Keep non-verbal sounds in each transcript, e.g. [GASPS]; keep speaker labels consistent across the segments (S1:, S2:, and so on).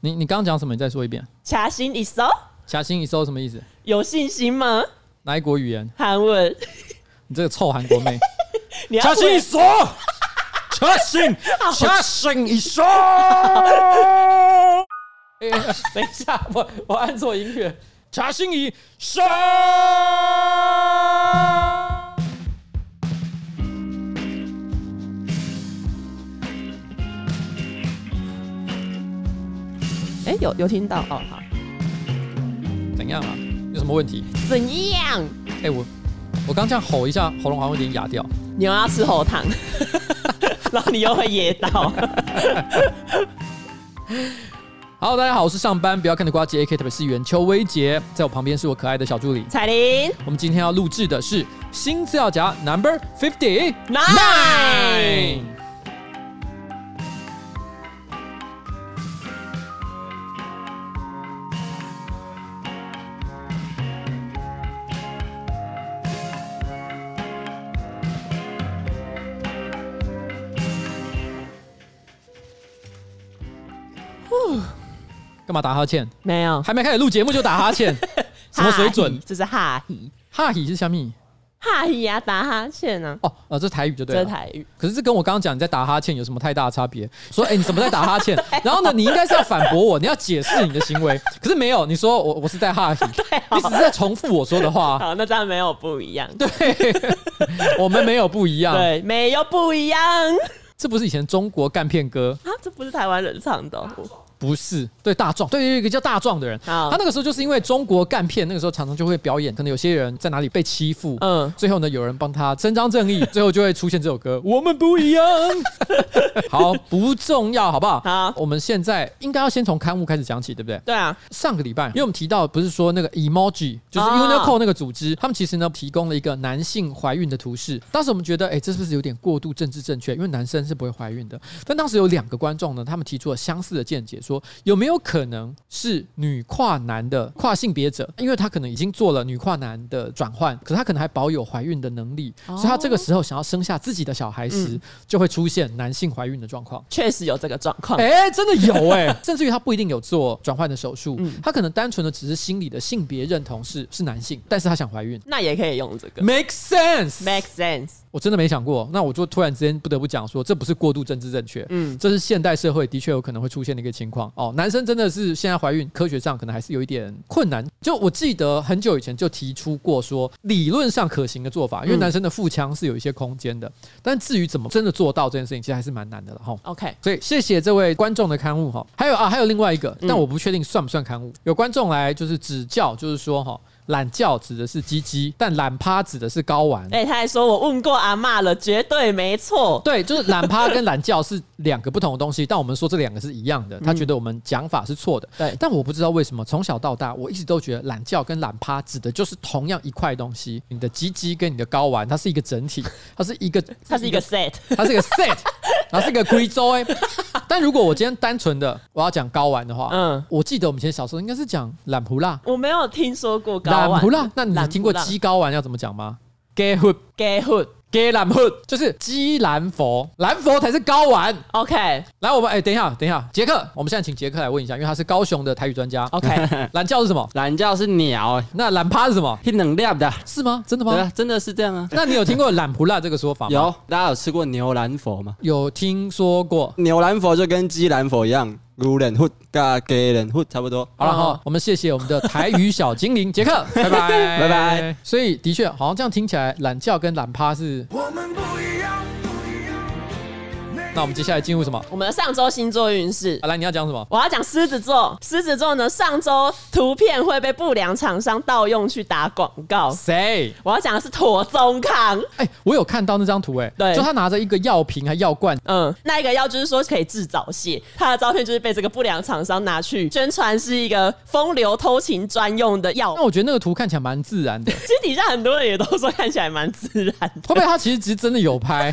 S1: 你你刚刚讲什么？你再说一遍。
S2: 假心一搜，
S1: 侠心一收什么意思？
S2: 有信心吗？
S1: 哪一国语言？
S2: 韩 [LAUGHS] 文，
S1: 你这个臭韩国 [LAUGHS] 妹！
S2: 你要
S1: 侠心一
S2: 会
S1: 收，侠 [LAUGHS] 心，侠心一收。 [LAUGHS] 哎等一下，我我按错音乐。侠心一收。
S2: 哎、有有听到哦，好，
S1: 怎样啊？有什么问题？
S2: 怎样？
S1: 哎、我我刚这样吼一下，喉咙好像有点哑掉。
S2: 你又要吃喉糖， [LAUGHS] 然后你又会噎到。 [LAUGHS]
S1: 好，大家好，我是上班不要看的瓜姐 A K 特别是元秋薇杰，在我旁边是我可爱的小助理。
S2: 彩铃
S1: 我们今天要录制的是新资料夹 Number Fifty
S2: ，nine，
S1: Nine。干嘛打哈欠？
S2: 没有
S1: 还没开始录节目就打哈欠，什么水
S2: 哈
S1: 准
S2: hi，？这是哈hi，
S1: 哈hi 是虾米？
S2: 哈hi 啊，打哈欠啊，
S1: 哦，呃，这是台语就对
S2: 这
S1: 了
S2: 是。台语。
S1: 可是这跟我刚刚讲你在打哈欠有什么太大的差别？说，哎、你怎么在打哈
S2: [LAUGHS]
S1: 欠？
S2: 啊
S1: 然后呢，你应该是要反驳我，你要解释你的行为。可是没有，你说我我是在哈
S2: [LAUGHS]
S1: 气，你只是在重复我说的话。
S2: 啊好，那这样没有不一样，
S1: 对， [LAUGHS] 我们没有不一样。
S2: 对，没有不一样 [LAUGHS] 啊！
S1: 这不是以前中国干片歌，
S2: 这不是台湾人唱的哦、
S1: 不是对大壮，对对对，有一个叫大壮的人，
S2: 好
S1: 他那个时候就是因为中国干片，那个时候常常就会表演，可能有些人在哪里被欺负，
S2: 嗯，
S1: 最后呢，有人帮他伸张正
S2: [LAUGHS]
S1: 义，最后就会出现这首歌《我们不一样》。好，不重要，好不好？
S2: 好
S1: 我们现在应该要先从刊物开始讲起，对不对？
S2: 对啊，
S1: 上个礼拜，因为我们提到不是说那个 emoji，就是 Unico 那个组织，他们其实呢提供了一个男性怀孕的图示。当时我们觉得，哎、这是不是有点过度政治正确？因为男生是不会怀孕的。但当时有两个观众呢，他们提出了相似的见解，说有没有可能是女跨男的跨性别者，因为他可能已经做了女跨男的转换，可是他可能还保有怀孕的能力，
S2: 哦
S1: 所以他这个时候想要生下自己的小孩时，就会出现男性怀孕的状况。
S2: 确实有这个状况。
S1: 哎、真的有哎、 [LAUGHS] 甚至于他不一定有做转换的手术，
S2: 嗯
S1: 他可能单纯的只是心理的性别认同是是男性，但是他想怀孕
S2: 那也可以用这个
S1: ，make sense。
S2: ，make sense。
S1: 我真的没想过，那我就突然之间不得不讲说，这不是过度政治正确，
S2: 嗯，
S1: 这是现代社会的确有可能会出现的一个情况哦。男生真的是现在怀孕，科学上可能还是有一点困难。就我记得很久以前就提出过说，理论上可行的做法，因为
S2: 嗯
S1: 男生的腹腔是有一些空间的，但至于怎么真的做到这件事情，其实还是蛮难的了哈。
S2: OK，
S1: 所以谢谢这位观众的刊物哈。还有啊，还有另外一个，
S2: 嗯
S1: 但我不确定算不算刊物。有观众来就是指教，就是说哈，懒觉指的是鸡鸡，但懒趴指的是睾丸。
S2: 哎、他还说我问过阿嬷了，绝对没错。
S1: 对，就是懒趴跟懒觉是两个不同的东西，但我们说这两个是一样的。他觉得我们讲法是错的，
S2: 嗯对
S1: 但我不知道为什么从小到大，我一直都觉得懒觉跟懒趴指的就是同样一块东西，你的鸡鸡跟你的睾丸，它是一个整体，它是一个，
S2: [LAUGHS] 它是一个 set，
S1: 它是一个 set，然后是一个贵州哎。但如果我今天单纯的我要讲睾丸的话，
S2: 嗯，
S1: 我记得我们以前小时候应该是讲懒胡辣，
S2: 我没有听说过高
S1: 懒
S2: 玩
S1: 胡辣。那你有听过鸡睾丸要怎么讲吗？gay hood
S2: gay hood？
S1: gay 懒 hood 就是鸡兰佛，兰佛才是睾丸。
S2: OK
S1: 来，我们哎、等一下，等一下，杰克，我们现在请杰克来问一下，因为他是高雄的台语专家。
S2: OK，
S1: 懒觉是什么？
S3: 懒觉是鸟，欸
S1: 那懒趴是什么？
S3: 一冷料的，
S1: 是吗？真的
S3: 对
S1: 吗？
S3: 啊，真的是这样啊。
S1: 那你有听过懒胡辣这个说法吗？
S3: 有，大家有吃过牛腩佛吗？
S1: 有听说过。
S3: 牛腩佛就跟鸡腩佛一样，牛人 hood 跟鸡人 hood 差不多。
S1: 好了哈，
S2: 嗯
S1: 我们谢谢我们的台语小精灵杰克，拜拜
S3: 拜拜。
S1: 所以的确，好像这样听起来，懒觉跟懒趴是。
S4: 我们不一样，不一样。
S1: 那我们接下来进入什么？
S2: 我们的上周星座运势。
S1: 啊来，你要讲什么？
S2: 我要讲狮子座，狮子座呢，上周图片会被不良厂商盗用去打广告。
S1: 谁？
S2: 我要讲的是妥中康，
S1: 哎、我有看到那张图、哎，
S2: 对
S1: 就他拿着一个药瓶还药罐，
S2: 嗯，那一个药就是说可以治早泄，他的照片就是被这个不良厂商拿去宣传是一个风流偷情专用的药
S1: 那。我觉得那个图看起来蛮自然的，
S2: 其实底下很多人也都说看起来蛮自然的，
S1: 会不会他其实只是真的有拍？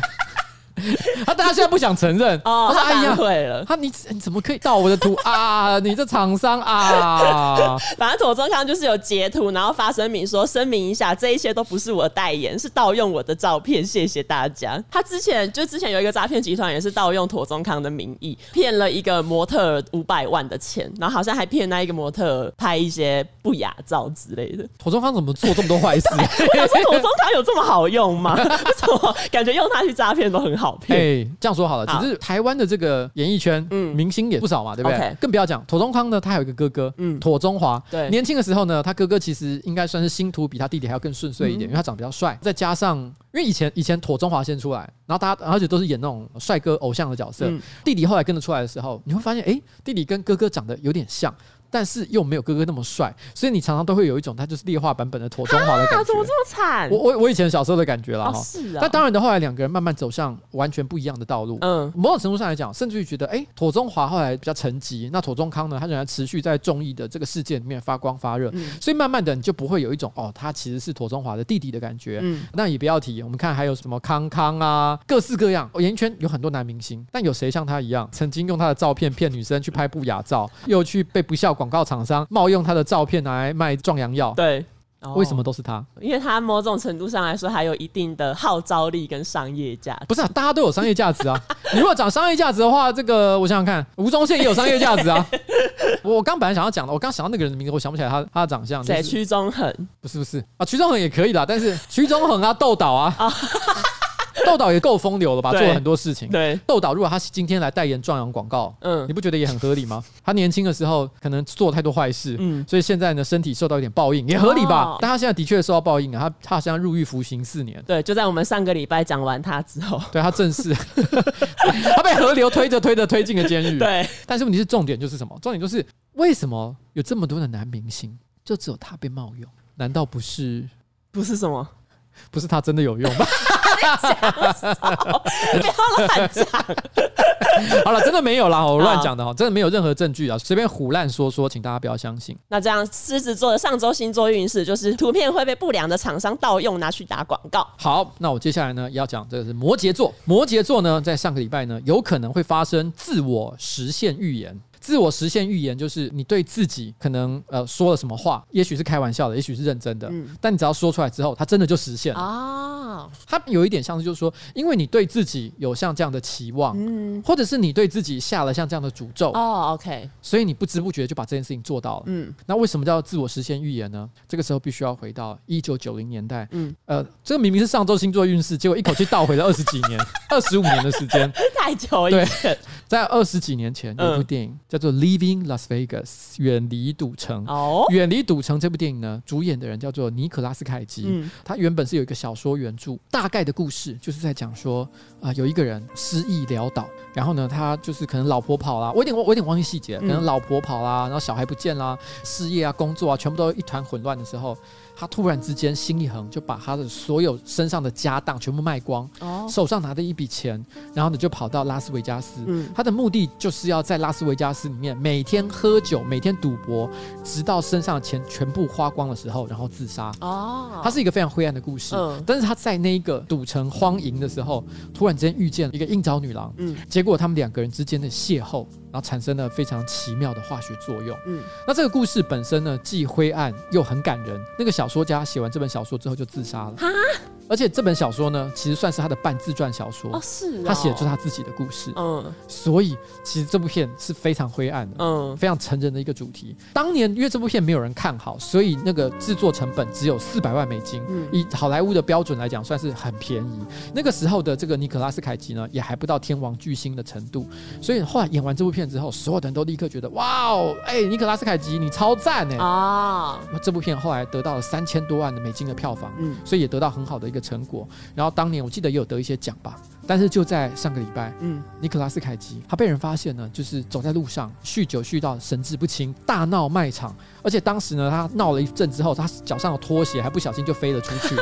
S1: [LAUGHS] 他大家现在不想承认，
S2: 哦，
S1: 他说哎
S2: 他
S1: 呀
S2: 反。悔了。
S1: 他你你怎么可以盗我的图啊？你这厂商啊！
S2: [LAUGHS] 反正左宗康就是有截图，然后发声明说，声明一下，这一些都不是我的代言，是盗用我的照片，谢谢大家。他之前就之前有一个诈骗集团也是盗用左宗康的名义，骗了一个模特儿五百万的钱，然后好像还骗那一个模特儿拍一些不雅照之类的。 [LAUGHS]
S1: 妥中康怎么做这么多坏事？
S2: 我说左宗康有这么好用吗？ [LAUGHS] 为什么感觉用它去诈骗都很好
S1: 哎、
S2: 骗？
S1: 这样说好了，
S2: 好
S1: 只是台湾的这个演艺圈，
S2: 嗯
S1: 明星也不少嘛，对不对
S2: OK
S1: 更不要讲妥中康呢，他还有一个哥哥，
S2: 嗯
S1: 嗯，妥中华，
S2: 对
S1: 年轻的时候呢，他哥哥其实应该算是星途比他弟弟还要更顺遂
S2: 嗯
S1: 一点，因为他长得比较帅，再加上因为以前以前妥中华先出来，然后大家而且都是演那种帅哥偶像的角色，
S2: 嗯
S1: 弟弟后来跟着出来的时候，你会发现，哎、弟弟跟哥哥长得有点像。但是又没有哥哥那么帅，所以你常常都会有一种他就是劣化版本的妥中华的感觉
S2: 啊，怎。么这么惨？
S1: 我我我以前小时候的感觉啦，
S2: 哦
S1: 哈、
S2: 是啊
S1: 但当然的，后来两个人慢慢走向完全不一样的道路。
S2: 嗯
S1: 某种程度上来讲，甚至于觉得，哎、妥中华后来比较沉寂，那妥中康呢，他仍然持续在综艺的这个世界里面发光发热，
S2: 嗯
S1: 所以慢慢的你就不会有一种哦，他其实是妥中华的弟弟的感觉。
S2: 嗯，
S1: 那也不要提，我们看还有什么康康啊，各式各样。演艺圈有很多男明星，但有谁像他一样，曾经用他的照片骗女生去拍不雅照，又去被不孝广告厂商冒用他的照片拿来卖壮阳药？
S2: 对。
S1: 为什么都是他？
S2: 因为它某种程度上来说还有一定的号召力跟商业价值。
S1: 不是、啊，大家都有商业价值啊。 [LAUGHS] 你如果讲商业价值的话，这个我想想看，吴宗宪也有商业价值
S2: [LAUGHS]
S1: 啊。我我刚本来想要讲的，我刚想到那个人的名字，我想不起来他他的长相。就
S2: 对，
S1: 是
S2: 屈中恒，
S1: 不是不是啊，曲中恒也可以啦，但是曲中恒啊，豆导 [LAUGHS]
S2: [LAUGHS]
S1: 啊，豆导也够风流了吧，
S2: 哦对
S1: 做了很多事情。
S2: 对，
S1: 豆导如果他今天来代言壮阳广告，
S2: 嗯
S1: 你不觉得也很合理吗？他年轻的时候可能做了太多坏事，
S2: 嗯
S1: 所以现在呢身体受到一点报应，也合理吧？
S2: 哦
S1: 但他现在的确受到报应啊，他他好像入狱服刑四年。
S2: 对，就在我们上个礼拜讲完他之后，
S1: 对他正式， [LAUGHS] 他被河流推着推着推进了监狱。，
S2: 对，
S1: 但是问题是重点就是什么？重点就是为什么有这么多的男明星，就只有他被冒用？难道不是
S2: 不是什么，
S1: 不是他真的有用吗？ [LAUGHS]
S2: 哎啊
S1: [LAUGHS] 好了，真的没有啦，我乱讲的哈，哦真的没有任何证据啊，随便胡乱说说，请大家不要相信。
S2: 那这样狮子座的上周星座运势就是图片会被不良的厂商盗用拿去打广告。
S1: 好，那我接下来呢要讲这个是摩羯座。摩羯座呢，在上个礼拜呢，有可能会发生自我实现预言。自我实现预言就是你对自己可能呃说了什么话，也许是开玩笑的，也许是认真的，但你只要说出来之后，它真的就实现了。
S2: 哦，
S1: 它有一点像是就是说，因为你对自己有像这样的期望，或者是你对自己下了像这样的诅咒，
S2: 哦，OK，
S1: 所以你不知不觉就把这件事情做到了。
S2: 嗯
S1: 那为什么叫自我实现预言呢？这个时候必须要回到一九九零年代，
S2: 嗯
S1: 嗯，呃，这明明是上周星座运势，结果一口气倒回了二十几
S2: [LAUGHS]
S1: 年，二十五年的时间。
S2: 太久以
S1: 对
S2: 前，
S1: 在二十几年前有一部
S2: 哎嗯
S1: 电影叫做《Leaving Las Vegas》，远离赌城。
S2: 哦，
S1: 远离赌城这部电影呢，主演的人叫做尼可拉斯凯奇。
S2: 嗯
S1: 他原本是有一个小说原著，大概的故事就是在讲说，啊、有一个人失意潦倒，然后呢，他就是可能老婆跑啦，我有点我有点忘记细节，可能
S2: 嗯
S1: 老婆跑啦，然后小孩不见啦，事业啊、工作啊，全部都一团混乱的时候，他突然之间心一横，就把他的所有身上的家当全部卖光，
S2: 哦，
S1: 手上拿着一笔钱，然后呢就跑到拉斯维加斯。
S2: 嗯
S1: 他的目的就是要在拉斯维加斯里面每天喝酒、每天赌博，直到身上的钱全部花光的时候，然后自杀。
S2: 哦，
S1: 它是一个非常灰暗的故事，
S2: 嗯
S1: 但是他在那一个赌城荒淫的时候，突然之间遇见一个应召女郎，
S2: 嗯
S1: 结果他们两个人之间的邂逅，然后产生了非常奇妙的化学作用。
S2: 嗯
S1: 那这个故事本身呢，既灰暗又很感人。那个小说家写完这本小说之后就自杀了
S2: 哈，
S1: 而且这本小说呢，其实算是他的半自传小说，
S2: 哦是哦，
S1: 他写的就是他自己的故事，
S2: 嗯
S1: 所以其实这部片是非常灰暗的。
S2: 嗯
S1: 非常成人的一个主题。当年因为这部片没有人看好，所以那个制作成本只有四百万美金，
S2: 嗯
S1: 以好莱坞的标准来讲，算是很便宜。那个时候的这个尼可拉斯凯奇呢，也还不到天王巨星的程度，所以后来演完这部片之后，所有的人都立刻觉得哇哦，哎、尼可拉斯凯奇你超赞哎、
S2: 哦，
S1: 那这部片后来得到了三千多万的美金的票房，
S2: 嗯
S1: 所以也得到很好的一个成果。然后当年我记得也有得一些奖吧，但是就在上个礼拜，
S2: 嗯
S1: 尼可拉斯凯奇，他被人发现呢，就是走在路上酗酒酗到神志不清，大闹卖场，而且当时呢，他闹了一阵之后，他脚上有拖鞋还不小心就飞了出
S2: [LAUGHS]
S1: 去，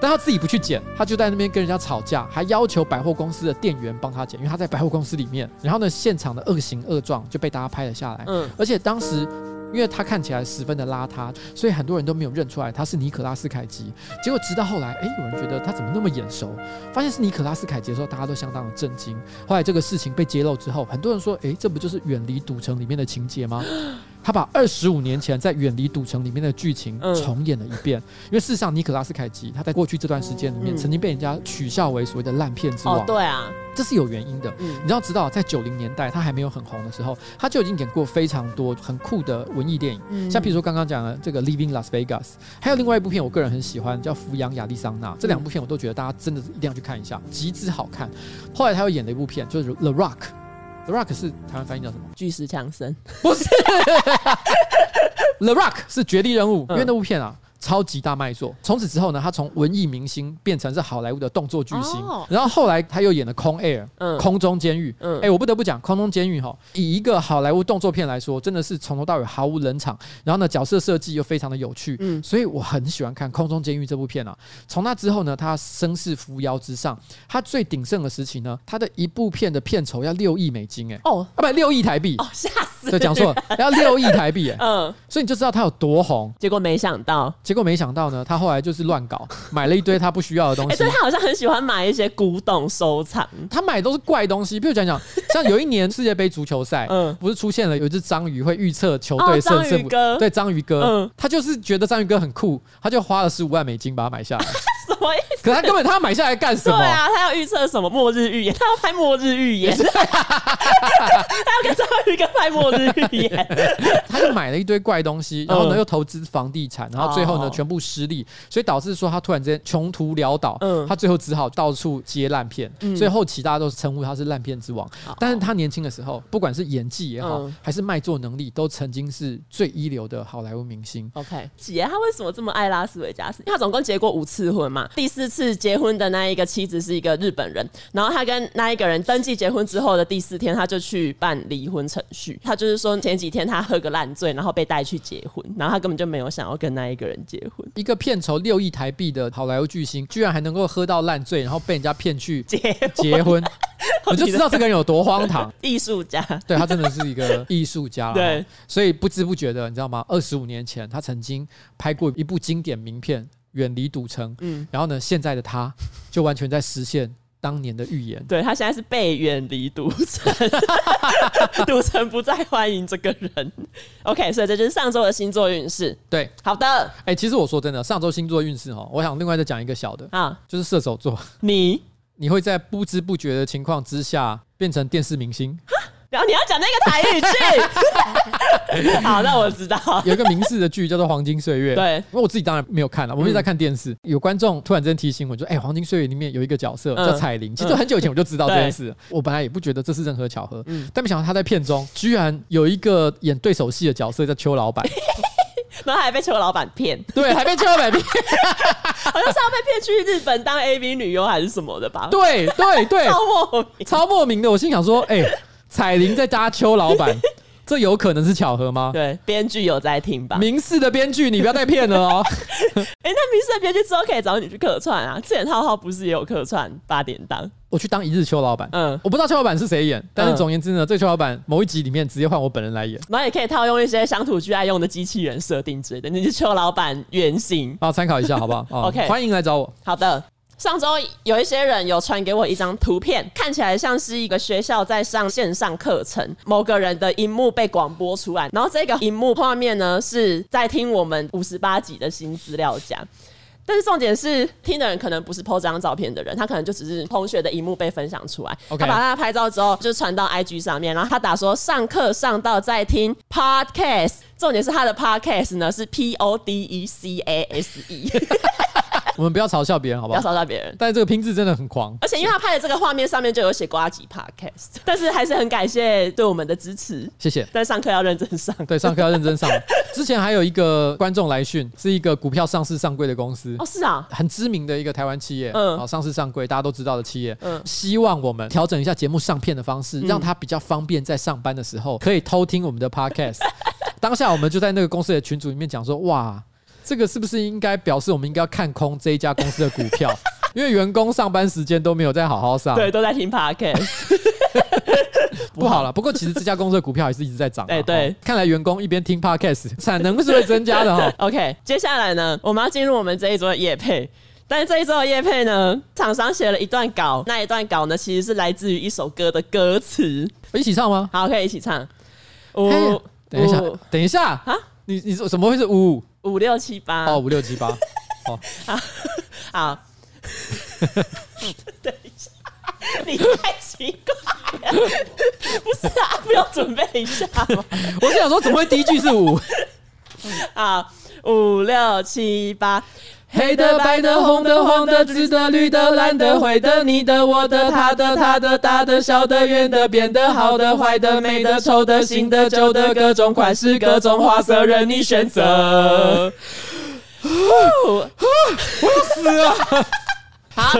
S1: 但他自己不去捡，他就在那边跟人家吵架，还要求百货公司的店员帮他捡，因为他在百货公司里面。然后呢，现场的恶行恶状就被大家拍了下来，
S2: 嗯
S1: 而且当时因为他看起来十分的邋遢，所以很多人都没有认出来他是尼可拉斯凯奇。结果直到后来，哎，有人觉得他怎么那么眼熟，发现是尼可拉斯凯奇的时候，大家都相当的震惊。后来这个事情被揭露之后，很多人说，哎，这不就是《远离赌城》里面的情节吗？
S2: [GASPS]
S1: 他把二十五年前在《远离赌城》里面的剧情
S2: 嗯
S1: 重演了一遍，因为事实上，尼可拉斯凯奇他在过去这段时间里面，
S2: 嗯
S1: 曾经被人家取笑为所谓的烂片之
S2: 哦
S1: 王，，
S2: 对啊，
S1: 这是有原因的。
S2: 嗯
S1: 你要知道，在九零年代他还没有很红的时候，他就已经演过非常多很酷的文艺电影，
S2: 嗯
S1: 像比如说刚刚讲的这个《Leaving Las Vegas》，还有另外一部片，我个人很喜欢，叫《扶养亚利桑那》。这两部片我都觉得大家真的一定要去看一下，极之好看。后来他又演了一部片，就是《The Rock》。The Rock 是台湾翻译叫什么？
S2: 巨石强森，
S1: 不是，The Rock 是绝地任务，因为那部片
S2: 嗯
S1: 啊。超级大卖座，从此之后呢，他从文艺明星变成是好莱坞的动作巨星，
S2: 哦
S1: 然后后来他又演了《空 air》
S2: 嗯
S1: 空中监狱，
S2: 嗯
S1: 哎、我不得不讲，《空中监狱》哈，以一个好莱坞动作片来说，真的是从头到尾毫无冷场。然后呢，角色设计又非常的有趣，
S2: 嗯
S1: 所以我很喜欢看《空中监狱》这部片啊。从那之后呢，他声势扶摇直上，他最鼎盛的时期呢，他的一部片的片酬要六亿美金、哎，
S2: 哦
S1: 啊不，六亿台币，
S2: 哦，吓
S1: [LAUGHS]
S2: 死
S1: 对，
S2: 人，
S1: 讲错
S2: [LAUGHS]
S1: 了，要六亿台币、哎，
S2: 嗯，
S1: 所以你就知道他有多红。
S2: 结果没想到，
S1: 结果没想到呢，他后来就是乱搞，买了一堆他不需要的东
S2: 哎、
S1: 西
S2: 对。他好像很喜欢买一些古董收藏，
S1: 他买的都是怪东西，比如讲讲，像有一年世界杯足球赛，
S2: 嗯
S1: 不是出现了有一只章鱼会预测球
S2: 哦
S1: 队胜
S2: 章鱼
S1: 胜负，
S2: 哥
S1: 对章鱼哥，
S2: 嗯
S1: 他就是觉得章鱼哥很酷，他就花了十五万美金把它买下来。
S2: [LAUGHS] 什么意思？
S1: 可他根本他买下来干什
S2: 对
S1: 么？
S2: 啊，他要预测什么末日预言，他要拍末日预言，他 [LAUGHS] 要跟章鱼哥拍末日预言，
S1: 他就买了一堆怪东西，然后呢
S2: 嗯
S1: 又投资房地产，然后最后呢
S2: 哦
S1: 全部失利，所以导致说他突然之间穷途潦倒，
S2: 嗯
S1: 他最后只好到处接烂片，所以后期大家都称呼他是烂片之王。但是他年轻的时候，不管是演技也好
S2: 嗯，
S1: 还是卖座能力，都曾经是最一流的好莱坞明星。
S2: OK，姐她为什么这么爱拉斯维加斯？因为她总共结过五次婚嘛，第四次结婚的那一个妻子是一个日本人，然后她跟那一个人登记结婚之后的第四天，她就去办离婚程序。她就是说前几天她喝个烂醉，然后被带去结婚，然后她根本就没有想要跟那一个人结 [LAUGHS] 婚。
S1: 一个片酬六亿台币的好莱坞巨星，居然还能够喝到烂醉，然后被人家骗去
S2: 结婚
S1: 结婚，
S2: [LAUGHS]
S1: 我就知道这个人有多荒唐。
S2: 艺术家，
S1: 对他真的是一个艺术
S2: [LAUGHS]
S1: 家了，
S2: 对，
S1: 所以不知不觉的，你知道吗？二十五年前，他曾经拍过一部经典名片《远离赌城》，
S2: 嗯，
S1: 然后呢，现在的他就完全在实现当年的预言。
S2: 对他现在是被远离赌 [LAUGHS] 城，赌城不再欢迎这个人。OK，所以这就是上周的星座运势。
S1: 对，
S2: 好的，
S1: 哎、其实我说真的，上周星座运势哦，我想另外再讲一个小的，
S2: 啊，
S1: 就是射手座，
S2: 你
S1: 你会在不知不觉的情况之下变成电视明星。
S2: 然后你要讲那个台语剧。好，那我知道。
S1: 有一个明视的剧叫做《黄金岁月》，
S2: [LAUGHS] 对
S1: 因为我自己当然没有看了，我们一直在
S2: 嗯
S1: 看电视。有观众突然之间提醒我，就哎，黄金岁月》里面有一个角色
S2: 嗯
S1: 叫彩铃，其实
S2: 嗯
S1: 很久以前我就知道这件事，我本来也不觉得这是任何巧合，
S2: 嗯
S1: 但没想到他在片中居然有一个演对手戏的角色叫邱老板， [LAUGHS]
S2: 然后还被邱老板骗，
S1: 对，还被邱老板 [LAUGHS] 骗，
S2: 好像是要被骗去日本当 AV 女优还是什么的吧？
S1: 对对对，
S2: 超莫名。
S1: 超莫名的。我心想说，哎，彩铃再加邱老
S2: [LAUGHS]
S1: 板，这有可能是巧合吗？
S2: 对，啊编剧有在听吧？
S1: 明视的编剧，你不要再骗了
S2: [LAUGHS]
S1: 哦。
S2: 哎、那明视的编剧之后可以找你去客串啊。之前浩浩不是也有客串八点档？
S1: 我去当一日邱老板，
S2: 嗯
S1: 我不知道邱老板是谁演，但是
S2: 嗯
S1: 总而言之呢，这个邱老板某一集里面直接换我本人来演，
S2: 然后也可以套用一些乡土剧爱用的机器人设定之类的，你是邱老板原型。
S1: 帮我参考一下好不好？
S2: [LAUGHS]
S1: 啊
S2: OK
S1: 欢迎来找我。
S2: 好的。上周有一些人有传给我一张图片，看起来像是一个学校在上线上课程，某个人的荧幕被广播出来，然后这个荧幕画面呢是在听我们五十八集的新资料夹。但是重点是，听的人可能不是 PO 这张照片的人，他可能就只是同学的荧幕被分享出来。
S1: OK
S2: 他把他拍照之后，就传到 IG 上面，然后他打说上课上到在听 podcast，重点是他的 podcast 呢是 P O D E C A S E，
S1: 我们不要嘲笑别人好
S2: 不
S1: 不
S2: [LAUGHS] 要
S1: 好？
S2: 嘲笑别人。
S1: 但是这个拼字真的很狂。
S2: 而且因为他拍的这个画面上面就有写瓜吉 podcast，但 [LAUGHS] 是还是很感谢对我们的支持。
S1: 谢谢。
S2: 但上课要认真
S1: [LAUGHS]
S2: 上。
S1: 对，上课要认
S2: [LAUGHS]
S1: 真上。之前还有一个观众来讯，是一个股票上市上柜的公司
S2: 哦，，是啊，
S1: 很知名的一个台湾企业，
S2: 嗯
S1: 嗯，上市上柜大家都知道的企业，
S2: 嗯
S1: 希望我们调整一下节目上片的方式，让他比较方便在上班的时候可以偷听我们的 podcast。当 [LAUGHS] 下我们就在那个公司的群组里面讲说，哇，这个是不是应该表示我们应该要看空这一家公司的股票？因为员工上班时间都没有在好好上，
S2: 对，都在听 podcast。
S1: 不好了。不过其实这家公司的股票还是一直在涨啊。
S2: 对对。
S1: 哦，看来员工一边听 podcast，产能是会增加的哈
S2: OK，
S1: [LAUGHS]
S2: 接 [LAUGHS] 下来呢，我们要进入我们这一周的夜配。但是这一周的夜配呢，厂商写了一段稿，那一段稿呢，其实是来自于一首歌的歌词。
S1: 一起唱哎吗？
S2: 好，可以一起唱。
S1: 哎呀
S2: 五，
S1: 等一下
S2: 五，
S1: 等一下
S2: 啊
S1: 啊！你你怎么会是五五？
S2: 五六七八，
S1: 哦，五六七八。哦，
S2: [LAUGHS] 好。等一下，你太奇怪了，不是啊？不用准备一下吗？
S1: 我是想说，怎么会第一句是五？
S2: 啊，五六七八，
S1: [LAUGHS] 黑的、白的、红的、黄的、紫的、绿的、蓝的、灰的、你的、我的、他的、他的、大的、小的、圆的、扁的、好的、坏的、美的、丑的、新的、旧的，各种款式、各种花色，任你选 [LAUGHS] 择。啊
S2: [LAUGHS] 好，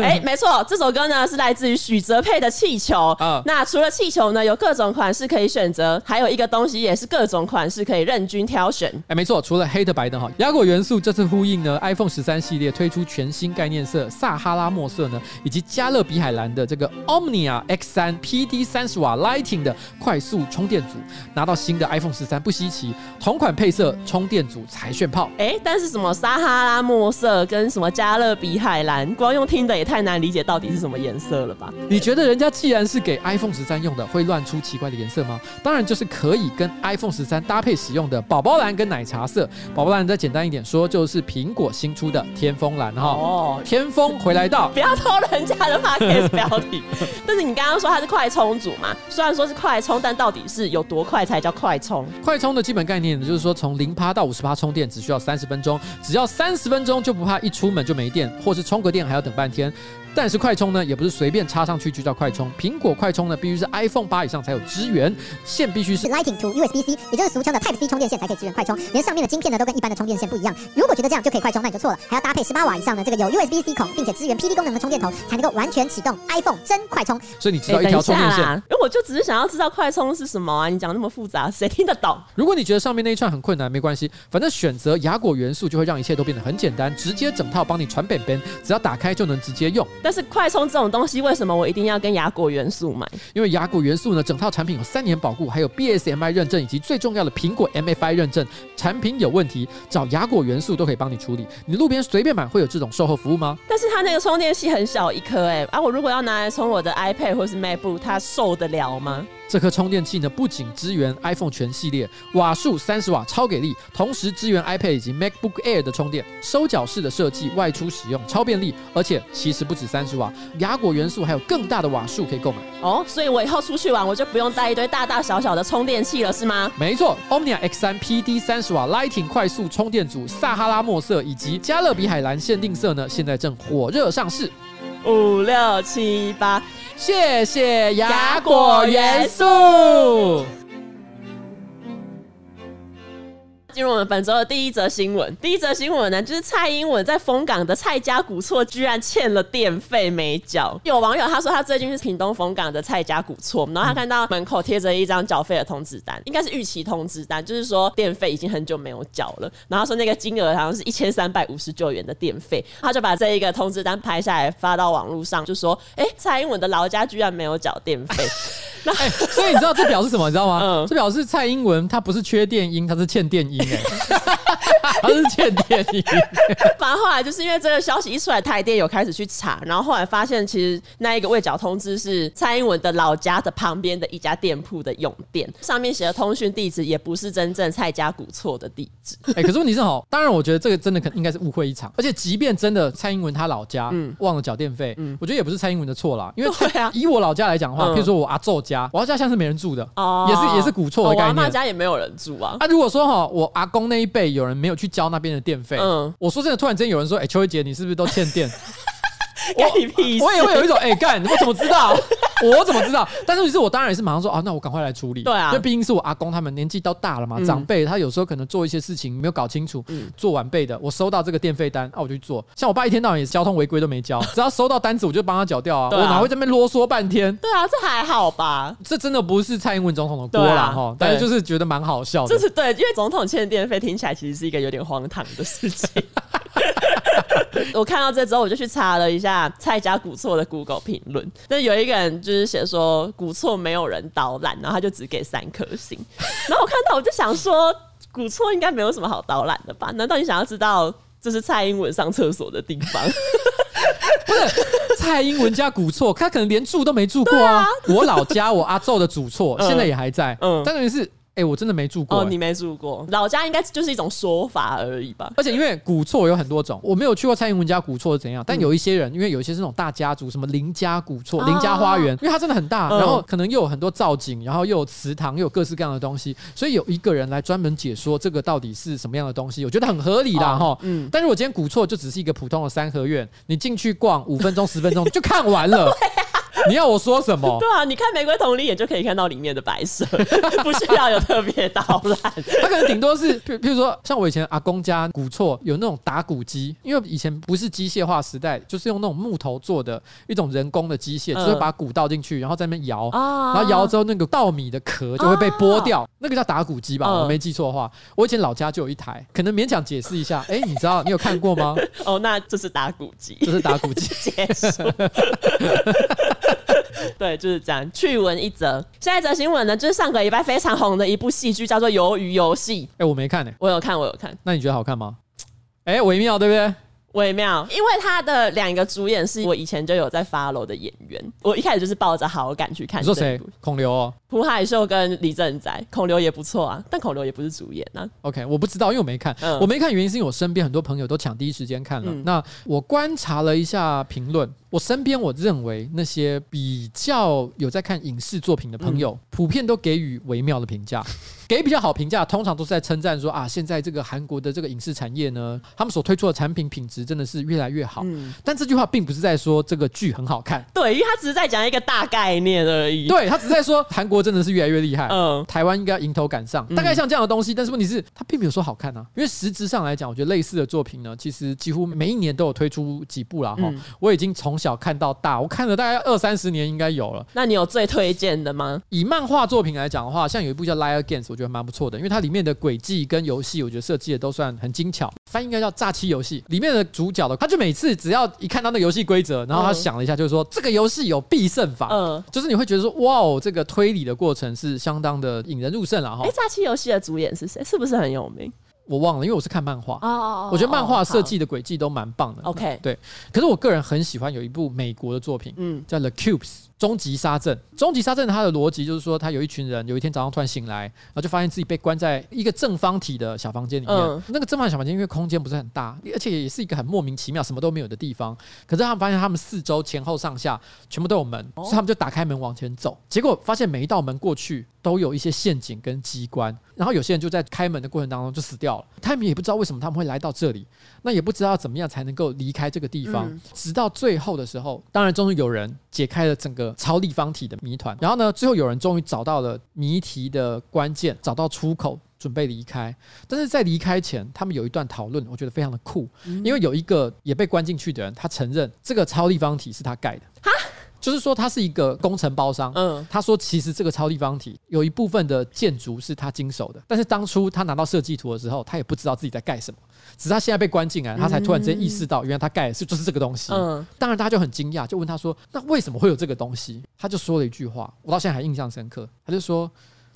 S2: 哎、没错，这首歌呢是来自于许哲佩的《气球》
S1: 啊
S2: 那除了气球呢，有各种款式可以选择，还有一个东西也是各种款式可以任君挑选。
S1: 哎，没错，除了黑的白的哈，雅果元素这次呼应呢 iPhone 十三系列推出全新概念色撒哈拉墨色呢，以及加勒比海蓝的这个 Omnia X 三 PD 三十瓦 Lighting 的快速充电组，拿到新的 iPhone 十三不稀奇，同款配色充电组才炫炮。
S2: 哎、但是什么撒哈拉墨色跟什么加勒比海蓝，光用听的也太难理解到底是什么颜色了吧？
S1: 你觉得人家既然是给 iPhone 十三用的，会乱出奇怪的颜色吗？当然就是可以跟 iPhone 十三搭配使用的宝宝蓝跟奶茶色。宝宝蓝再简单一点说，就是苹果新出的天风蓝哈。
S2: 哦，
S1: 天风回来到，
S2: 不要偷人家的 podcast 标题。但是你刚刚说它是快充组嘛，虽然说是快充，但到底是有多快才叫快充？
S1: 快充的基本概念呢，就是说从零趴到五十趴充电只需要三十分钟，只要三十分钟就不怕一出门就没电，或是充个电还要等半天。但是快充呢，也不是随便插上去就叫快充。苹果快充呢，必须是 iPhone 八以上才有支援，线必须是
S5: Lightning to USB-C，也就是俗称的 Type C 充电线才可以支援快充，连上面的晶片呢都跟一般的充电线不一样。如果觉得这样就可以快充，那你就错了，还要搭配十八瓦以上的这个有 USB-C 孔，并且支援 PD 功能的充电头，才能够完全启动 iPhone 真快充。
S1: 所以你知
S2: 哎
S1: 啊道一条充电线。，
S2: 因为我就只是想要知道快充是什么啊！你讲那么复杂，谁听得懂？
S1: 如果你觉得上面那一串很困难，没关系，反正选择雅果元素就会让一切都变得很简单，直接整套帮你传本本，只要打开就能直接用。
S2: 但是快充这种东西，为什么我一定要跟雅果元素买？
S1: 因为雅果元素呢，整套产品有三年保固，还有 BSMI 认证，以及最重要的苹果 MFI 认证。产品有问题，找雅果元素都可以帮你处理。你路边随便买会有这种售后服务吗？
S2: 但是它那个充电器很小一颗、哎，啊，我如果要拿来充我的 iPad 或是 MacBook，它受得了吗？
S1: 这颗充电器呢，不仅支援 iPhone 全系列，瓦数三十瓦超给力，同时支援 iPad 以及 MacBook Air 的充电，收脚式的设计，外出使用超便利，而且其实不止三十瓦，雅果元素还有更大的瓦数可以购买。
S2: 哦，所以我以后出去玩，我就不用带一堆大大小小的充电器了，是吗？
S1: 没错，Omnia X 3 PD 三十瓦 Lighting 快速充电组撒哈拉墨色以及加勒比海蓝限定色呢，现在正火热上市。
S2: 五六七八，
S1: 谢谢雅果元素。
S2: 进入我们本周的第一则新闻。第一则新闻呢，就是蔡英文在丰港的蔡家古厝居然欠了电费没缴。有网友他说他最近是屏东丰港的蔡家古厝，然后他看到门口贴着一张缴费的通知单，应该是逾期通知单，就是说电费已经很久没有缴了。然后他说那个金额好像是一千三百五十九元的电费，他就把这一个通知单拍下来发到网络上，就说：“哎、蔡英文的老家居然没有缴电费。”
S1: 哎、所以你知道这表示什么？你知道吗？
S2: 嗯
S1: 这表示蔡英文他不是缺电音，他是欠电音哎、 [LAUGHS] 他是欠电音。
S2: 反正后来就是因为这个消息一出来，台电有开始去查，然后后来发现其实那一个未缴通知是蔡英文的老家的旁边的一家店铺的用电，上面写的通讯地址也不是真正蔡家古厝的地址。
S1: 哎、可是问题是好，当然我觉得这个真的可应该是误会一场。而且即便真的蔡英文他老家、忘了缴电费，我觉得也不是蔡英文的错啦，因为
S2: 嗯对啊
S1: 以我老家来讲的话，
S2: 嗯
S1: 譬如说我阿昼家，我阿家像是没人住的，
S2: 哦
S1: [LAUGHS] 也是也是古厝的
S2: 我阿
S1: 概
S2: 妈
S1: 念。
S2: 家也没有人住啊。
S1: 啊，如果说哈，我阿公那一辈有人没有去交那边的电费，
S2: 嗯
S1: 我说真的，突然之间有人说，哎、邱一杰，你是不是都欠电？
S2: 干你屁事
S1: 我也会有一种，哎、干，我怎么知
S2: [LAUGHS]
S1: 道？我怎么知道？但是，是我当然也是马上说，啊，那我赶快来处理。
S2: 对啊
S1: 因
S2: 嗯
S1: 为毕竟是我阿公他们年纪都大了嘛，长辈他有时候可能做一些事情没有搞清楚，做晚辈的，我收到这个电费单，啊，我就去做。像我爸一天到晚也是交通违规都没交，只要收到单子我就帮他缴掉啊，
S2: 对啊
S1: 我哪会在那边啰嗦半天？
S2: 对啊，这还好吧？
S1: 这真的不是蔡英文总统的锅
S2: 对
S1: 啦
S2: 啊
S1: 哈、齁但是
S2: 对
S1: 就是觉得蛮好笑的。
S2: 这是对，因为总统欠电费听起来其实是一个有点荒唐的事情。 [LAUGHS] 我看到这之后，我就去查了一下蔡家古错的 Google 评论，那有一个人就是写说古错没有人导览，然后他就只给三颗星。然后我看到我就想说，古错应该没有什么好导览的吧？难道你想要知道这是蔡英文上厕所的地
S1: [LAUGHS]
S2: 方？
S1: [LAUGHS] 蔡英文家古厝，他可能连住都没住过啊。我老家我阿昼的祖厝
S2: 嗯
S1: 现在也还在，
S2: 嗯
S1: 嗯，但是是哎、我真的没住过、
S2: 哦，
S1: 哎
S2: 你没住过，老家应该就是一种说法而已吧？
S1: 而且因为古厝有很多种，我没有去过蔡英文家古厝是怎样，但有一些人，因为有一些是那种大家族，什么林家古厝、
S2: 嗯哦
S1: 林家花园，因为它真的很大，
S2: 嗯
S1: 然后可能又有很多造景，然后又有祠堂，又有各式各样的东西，
S2: 嗯
S1: 所以有一个人来专门解说这个到底是什么样的东西，我觉得很合理啦哈
S2: 哦。嗯
S1: 但如果今天古厝就只是一个普通的三合院，你进去逛五分钟十分钟就看完
S2: [LAUGHS] 啊
S1: 了，你要我说什么？
S2: 对啊，你看《玫瑰同理眼》就可以看到里面的白色， [LAUGHS] 不需要有特别导览。
S1: 他可能顶多是，譬譬如说，像我以前阿公家古厝有那种打鼓机，因为以前不是机械化时代，就是用那种木头做的一种人工的机械，
S2: 嗯
S1: 就是把鼓倒进去，然后在那边摇，
S2: 啊
S1: 然后摇之后那个稻米的壳就会被剥掉，那个叫打鼓机吧，
S2: 哦嗯
S1: 我没记错的话。我以前老家就有一台，可能勉强解释一下。哎，你知道你有看过吗？
S2: [LAUGHS] 哦，那这是打鼓机。。
S1: 这是打鼓机
S2: [LAUGHS] 结束。对，就是这样。趣闻一则，下一则新闻呢，就是上个礼拜非常红的一部戏剧，叫做《鱿鱼游戏》。
S1: 哎，我没看哎、
S2: 我有看，我有看，
S1: 那你觉得好看吗？哎，微妙对不对？
S2: 微妙，因为他的两个主演是我以前就有在 follow 的演员，我一开始就是抱着好感去看。
S1: 你说谁？？孔刘哦。
S2: 朴海秀跟李正宰，孔刘也不错啊，但孔刘也不是主演啊。
S1: OK，我不知道，因为我没看。
S2: 嗯
S1: 我没看原因是因为我身边很多朋友都抢第一时间看了。
S2: 嗯
S1: 那我观察了一下评论，我身边我认为那些比较有在看影视作品的朋
S2: 嗯
S1: 友，普遍都给予微妙的评价。 [LAUGHS] 给比较好评价，通常都是在称赞说啊，现在这个韩国的这个影视产业呢，他们所推出的产品品质真的是越来越好。
S2: 嗯
S1: 但这句话并不是在说这个剧很好
S2: [LAUGHS]
S1: 看，
S2: 对，因为他只是在讲一个大概念而已。，
S1: 对他啊只是在说韩国真的是越来越厉害。
S2: 嗯，
S1: 台湾应该迎头赶上，大概像这样的东西。但是问题是，它并没有说好看啊，因为实质上来讲，我觉得类似的作品呢，其实几乎每一年都有推出几部啦。哈、
S2: 嗯
S1: 我已经从小看到大，我看了大概二三十年应该有了。
S2: 那你有最推荐的吗？
S1: 以漫画作品来讲的话，像有一部叫《Liar Games》，我觉得蛮不错的，因为它里面的轨迹跟游戏，我觉得设计的都算很精巧。翻译应该叫“诈欺游戏”。里面的主角的，他就每次只要一看到那个游戏规则，然后他
S2: 嗯
S1: 想了一下，就是说、这个游戏有必胜法。
S2: 嗯，
S1: 就是你会觉得说，哇哦，这个推理的过程是相当的引人入胜了哈。
S2: 哎、诈欺游戏的主演是谁？是不是很有名？
S1: 我忘了，因为我是看漫画。
S2: 哦哦
S1: 我觉得漫画设，计的轨迹都蛮棒的。
S2: OK
S1: 对。可是我个人很喜欢有一部美国的作品，
S2: 嗯
S1: 叫《The Cubes》终极杀阵。终极杀阵它的逻辑就是说，他有一群人有一天早上突然醒来，然后就发现自己被关在一个正方体的小房间里面。
S2: 嗯
S1: 那个正方体小房间因为空间不是很大，而且也是一个很莫名其妙什么都没有的地方。可是他们发现他们四周前后上下全部都有门，
S2: 哦
S1: 所以他们就打开门往前走，结果发现每一道门过去都有一些陷阱跟机关，然后有些人就在开门的过程当中就死掉了，他们也不知道为什么他们会来到这里，那也不知道怎么样才能够离开这个地方，
S2: 嗯
S1: 直到最后的时候，当然终于有人解开了整个超立方体的谜团，然后呢，最后有人终于找到了谜题的关键，找到出口。准备离开，但是在离开前，他们有一段讨论，我觉得非常的酷，因为有一个也被关进去的人，他承认这个超立方体是他盖的，就是说他是一个工程包商。
S2: 嗯
S1: 他说：“其实这个超立方体有一部分的建筑是他经手的，但是当初他拿到设计图的时候，他也不知道自己在盖什么。只是他现在被关进来，他才突然之间意识到，原来他盖的是就是这个东西。
S2: 嗯，
S1: 当然，大家就很惊讶，就问他说：‘那为什么会有这个东西？’他就说了一句话，我到现在还印象深刻。他就说：‘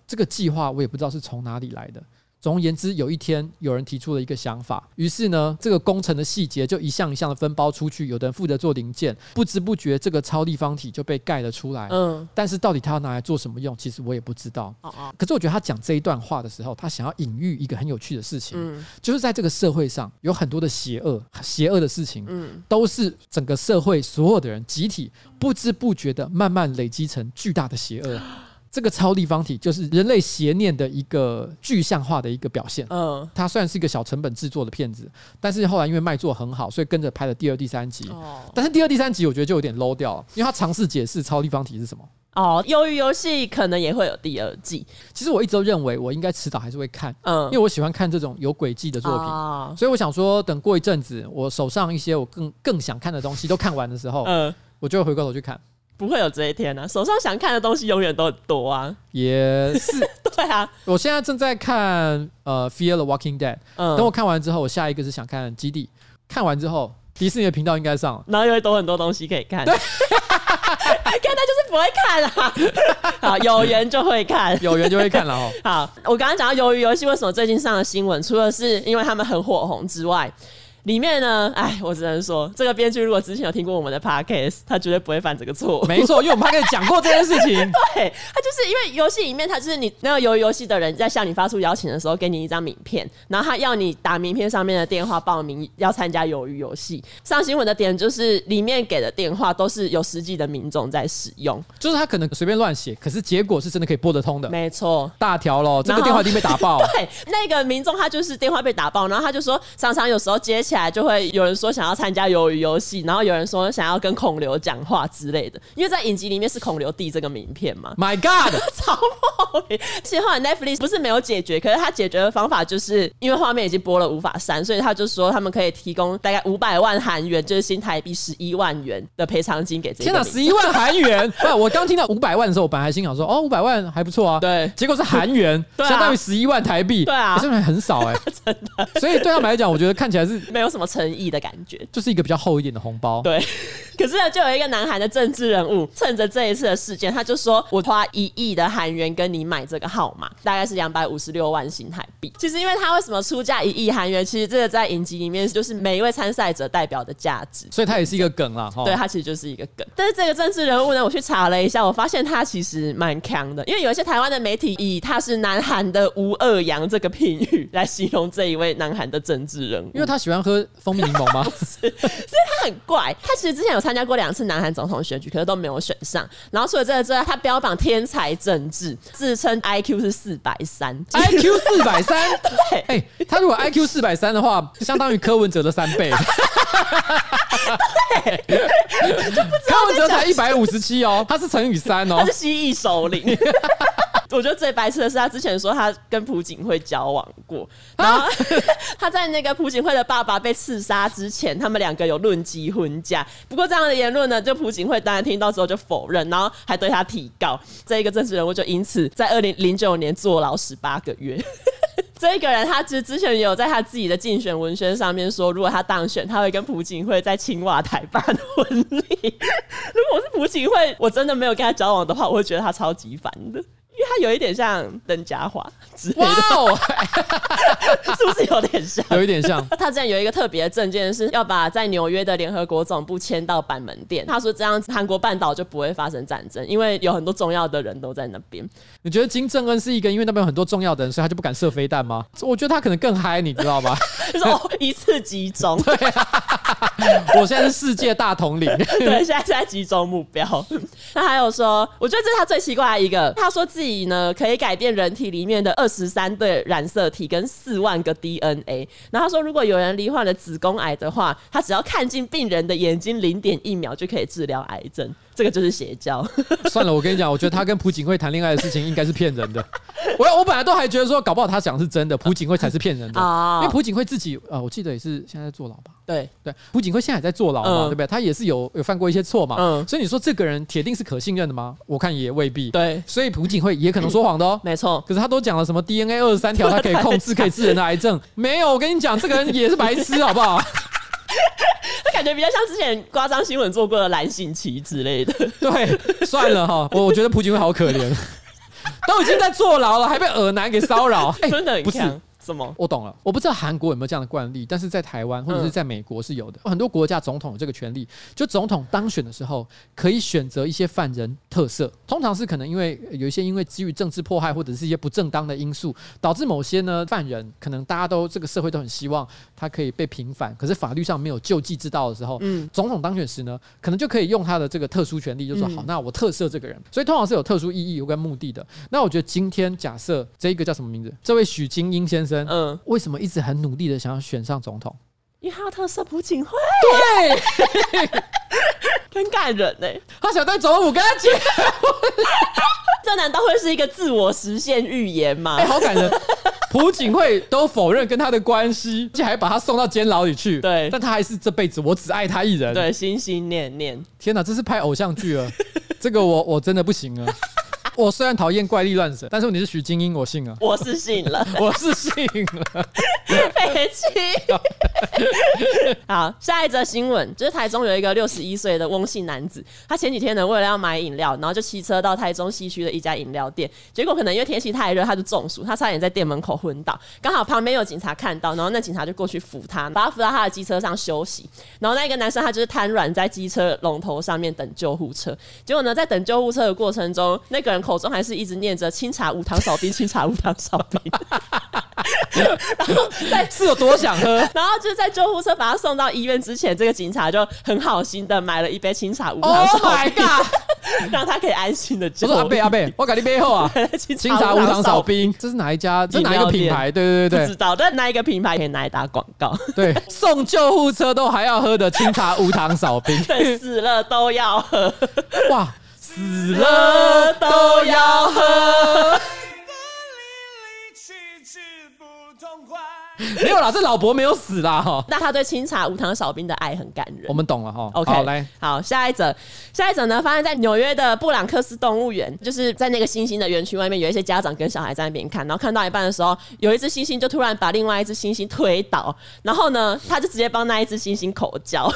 S1: 这个计划我也不知道是从哪里来的。’总而言之，有一天有人提出了一个想法，于是呢，这个工程的细节就一项一项的分包出去，有的人负责做零件，不知不觉这个超立方体就被盖了出来。
S2: 嗯，
S1: 但是到底他要拿来做什么用，其实我也不知道。
S2: 哦哦，
S1: 可是我觉得他讲这一段话的时候，他想要隐喻一个很有趣的事情，
S2: 嗯
S1: 就是在这个社会上有很多的邪恶、邪恶的事情，
S2: 嗯，
S1: 都是整个社会所有的人集体不知不觉的慢慢累积成巨大的邪
S2: [GASPS]
S1: 恶。这个超立方体就是人类邪念的一个具象化的一个表现。
S2: 嗯，
S1: 它虽然是一个小成本制作的片子，但是后来因为卖座很好，所以跟着拍了第二、第三集。
S2: 哦
S1: 但是第二、第三集我觉得就有点 low 掉了，因为他尝试解释超立方体是什么。
S2: 哦，鱿鱼游戏可能也会有第二季，
S1: 其实我一直都认为我应该迟早还是会看，
S2: 嗯，
S1: 因为我喜欢看这种有轨迹的作品。
S2: 哦
S1: 所以我想说，等过一阵子，我手上一些我更更想看的东西都看完的时候，
S2: 嗯，
S1: 我就会回过头去看。
S2: 不会有这一天啊，手上想看的东西永远都很多啊， [LAUGHS]
S1: 也是，
S2: 对啊，
S1: 我现在正在看呃《Fear the Walking Dead》，
S2: 嗯，
S1: 等我看完之后，我下一个是想看《基地》，看完之后迪士尼的频道应该上了。
S2: 然后又会多很多东西可以看。对， [LAUGHS] 看他就是不会看啦、 [LAUGHS] 好，有缘就会看。
S1: 有缘就会看了
S2: [LAUGHS]
S1: 哦。
S2: 好，我刚刚讲到鱿鱼游戏为什么最近上了新闻，除了是因为他们很火红之外，里面呢，哎，我只能说，这个编剧如果之前有听过我们的 podcast，他绝对不会犯这个错误。
S1: 没错，因为我们还跟你讲过这件事情。
S2: 对， [LAUGHS] 他就是因为游戏里面，他就是你那个游游戏的人在向你发出邀请的时候，给你一张名片，然后他要你打名片上面的电话报名要参加鱿鱼游戏。上新闻的点就是里面给的电话都是有实际的民众在使用，
S1: 就是他可能随便乱写，可是结果是真的可以拨得通的。
S2: 没错。
S1: 大条咯，这
S2: 然
S1: 个
S2: 后
S1: 电话一定被打爆。
S2: [LAUGHS] 对，那个民众他就是电话被打爆，然后他就说，常常有时候接起来就会有人说想要参加鱿鱼游戏，然后有人说想要跟孔刘讲话之类的，因为在影集里面是孔刘递这个名
S1: [LAUGHS]
S2: 片嘛。
S1: My God！
S2: 超莫
S1: 欸
S2: 名。其实后来 Netflix 不是没有解决，可是他解决的方法就是因为画面已经播了无法删，所以他就说他们可以提供大概五百万韩元，就是新台币十一万元的赔偿金给这个
S1: 天哪，
S2: 民众
S1: 十一万韩元！ [LAUGHS] 不，我刚听到五百万的时候，我本来还心想说，哦，五百万还不错啊。
S2: 对
S1: 结果是韩元，
S2: [LAUGHS] 对啊
S1: 相当于十一万台币。
S2: 对啊
S1: 欸这还很少
S2: [LAUGHS]
S1: 哎，真的。所以对他们来讲，我觉得看起来是
S2: 没有什么诚意的感觉。
S1: 就是一个比较厚一点的红包。
S2: 对， [LAUGHS] 可是呢，就有一个南韩的政治人物，趁着这一次的事件，他就说：“我花一亿的韩元跟你买这个号码，大概是两百五十六万新台币。”其实，因为他为什么出价一亿韩元，其实这个在影集里面就是每一位参赛者代表的价值。
S1: 所以它也是一个梗啦。哈。
S2: 对，它其实就是一个梗。但是这个政治人物呢，我去查了一下，我发现他其实蛮强的，因为有一些台湾的媒体以他是南韩的吴二阳这个评语来形容这一位南韩的政治人物，
S1: 因为他喜欢喝蜂蜜柠檬
S2: [LAUGHS]
S1: 吗？
S2: 他很怪。他其实之前有参加过两次南韩总统选举，可是都没有选上。然后除了这个之外，他标榜天才政治，自称 IQ 是四百三。
S1: IQ 四百三，
S2: 对
S1: 哎，他如果 IQ 四百三的话，相当于柯文哲的三
S2: [LAUGHS]
S1: 倍。柯文哲才一百五十七哦，他是乘以三哦
S2: [LAUGHS] 他是。蜥蜴首领。 [LAUGHS] 我觉得最白痴的是，他之前说他跟朴槿惠交往过，然后 [LAUGHS] 他在那个朴槿惠的爸爸被刺杀之前，他们两个有论及婚嫁。不过这样的言论呢，就朴槿惠当然听到之后就否认，然后还对他提告。这一个政治人物就因此在二零零九年坐牢十八个月。这个人，他之之前也有在他自己的竞选文宣上面说，如果他当选，他会跟朴槿惠在青瓦台办婚礼。 [LAUGHS] 如果我是朴槿惠，我真的没有跟他交往的话，我会觉得他超级烦的，因为他有一点像邓家华之类
S1: 哇
S2: 的，
S1: 哦，
S2: 是不是有点像？
S1: 有一点像。
S2: 他之前有一个特别的证件，是要把在纽约的联合国总部迁到板门店。他说这样韩国半岛就不会发生战争，因为有很多重要的人都在那边。
S1: 你觉得金正恩是一个因为那边有很多重要的人，所以他就不敢射飞弹吗？我觉得他可能更嗨，你知道
S2: [LAUGHS]
S1: 吗？
S2: 就说哦，一次集中，
S1: 我现在是世界大统领，
S2: [LAUGHS] 对，现在是在集中目标。 [LAUGHS] 那还有说，我觉得这是他最奇怪的一个，他说自己呢可以改变人体里面的二十三对染色体跟四万个 DNA。然后他说，如果有人罹患了子宫癌的话，他只要看进病人的眼睛零点一秒就可以治疗癌症。这个就是邪教， [LAUGHS]
S1: 算了，我跟你讲，我觉得他跟朴槿惠谈恋爱的事情应该是骗人的。我我本来都还觉得说，搞不好他讲是真的，朴槿惠才是骗人的。
S2: 哦
S1: 因为朴槿惠自己，呃，我记得也是现在在坐牢吧？
S2: 对，
S1: 对，朴槿惠现在也在坐牢嘛，
S2: 嗯
S1: 对不对？他也是有有犯过一些错嘛，
S2: 嗯
S1: 所以你说这个人铁定是可信任的吗？我看也未必。
S2: 对
S1: 所以朴槿惠也可能说谎的
S2: [LAUGHS]
S1: 哦。
S2: 没错。
S1: 可是他都讲了什么 DNA 二十三条，他可以控制可以治人的癌症？没有，我跟你讲，这个人也是白痴，好不好？
S2: 他感觉比较像之前夸张新闻做过的蓝信奇之类的。
S1: 对，算了哈，我我觉得朴槿惠好可怜，都已经在坐牢了，还被耳男给骚扰，哎
S2: 真的很
S1: 不是。
S2: 像什么？
S1: 我懂了，我不知道韩国有没有这样的惯例，但是在台湾或者是在美国是有的。很多国家总统有这个权利，就总统当选的时候可以选择一些犯人特色，通常是可能因为呃有一些因为基于政治迫害或者是一些不正当的因素，导致某些呢犯人可能大家都这个社会都很希望他可以被平反，可是法律上没有救济之道的时候，总统当选时呢，可能就可以用他的这个特殊权利，就说、好，那我特赦这个人，所以通常是有特殊意义、有跟目的的。那我觉得今天假设这一个叫什么名字，这位许金英先生，
S2: 嗯，
S1: 为什么一直很努力的想要选上总统？
S2: 因为他有特色朴槿惠，对，很感人欸呢、
S1: [LAUGHS] 他想在总统府跟他结，
S2: [LAUGHS] 这难道会是一个自我实现预言吗？
S1: 哎、好感人。朴槿惠都否认跟他的关系，而且还把他送到监牢里去。
S2: 对
S1: 但他还是这辈子我只爱他一人。，
S2: 对，心心念念，
S1: 天哪，这是拍偶像剧了， [LAUGHS] 这个我我真的不行了。我虽然讨厌怪力乱神，但是你是许精英，我信啊，
S2: [LAUGHS] 我是信了。
S1: [LAUGHS] 我是信了。
S2: 北七。好，下一则新闻就是台中有一个六十一岁的翁姓男子，他前几天呢为了要买饮料，然后就骑车到台中西区的一家饮料店，结果可能因为天气太热，他就中暑，他差点在店门口昏倒，刚好旁边有警察看到，然后那警察就过去扶他，把他扶到他的机车上休息，然后那个男生他就是瘫软在机车龙头上面等救护车，结果呢在等救护车的过程中，那个人口中还是一直念着“清查无糖少冰，清查无糖少冰”，然后在
S1: [LAUGHS] 是有多想喝？
S2: [LAUGHS] 然后就是在救护车把他送到医院之前，这个警察就很好心的买了一杯清茶无
S1: Oh
S2: 糖少
S1: my
S2: 冰
S1: god！
S2: 让他可以安心的
S1: 我
S2: 就
S1: 说啊阿贝阿贝，我给你背后啊，
S2: [LAUGHS] 清
S1: 清茶无糖少
S2: 少
S1: 冰，这是哪一家？这是哪一个品牌？对对
S2: 不
S1: 对
S2: 知道，但那一个品牌可以拿来打广
S1: [LAUGHS]
S2: 告，
S1: 对对，送救护车都还要喝的清茶无糖少冰，
S2: 对，死了都要喝，
S1: [LAUGHS] 哇，死了
S2: 了
S1: 都
S2: 都
S1: 要
S2: 要
S1: 喝。
S4: 淋漓气质不痛快。
S1: [LAUGHS] 没有啦，这老伯没有死啦哈。
S2: 那他对清茶无糖少冰的爱很感人
S1: 我。们懂了哈。
S2: OK，
S1: 好来，
S2: 好，下一则，下一则呢，发生在纽约的布朗克斯动物园，就是在那个猩猩的园区外面，有一些家长跟小孩在那边看，然后看到一半的时候，有一只猩猩就突然把另外一只猩猩推倒，然后呢，他就直接帮那一只猩猩口
S1: [LAUGHS]
S2: 交，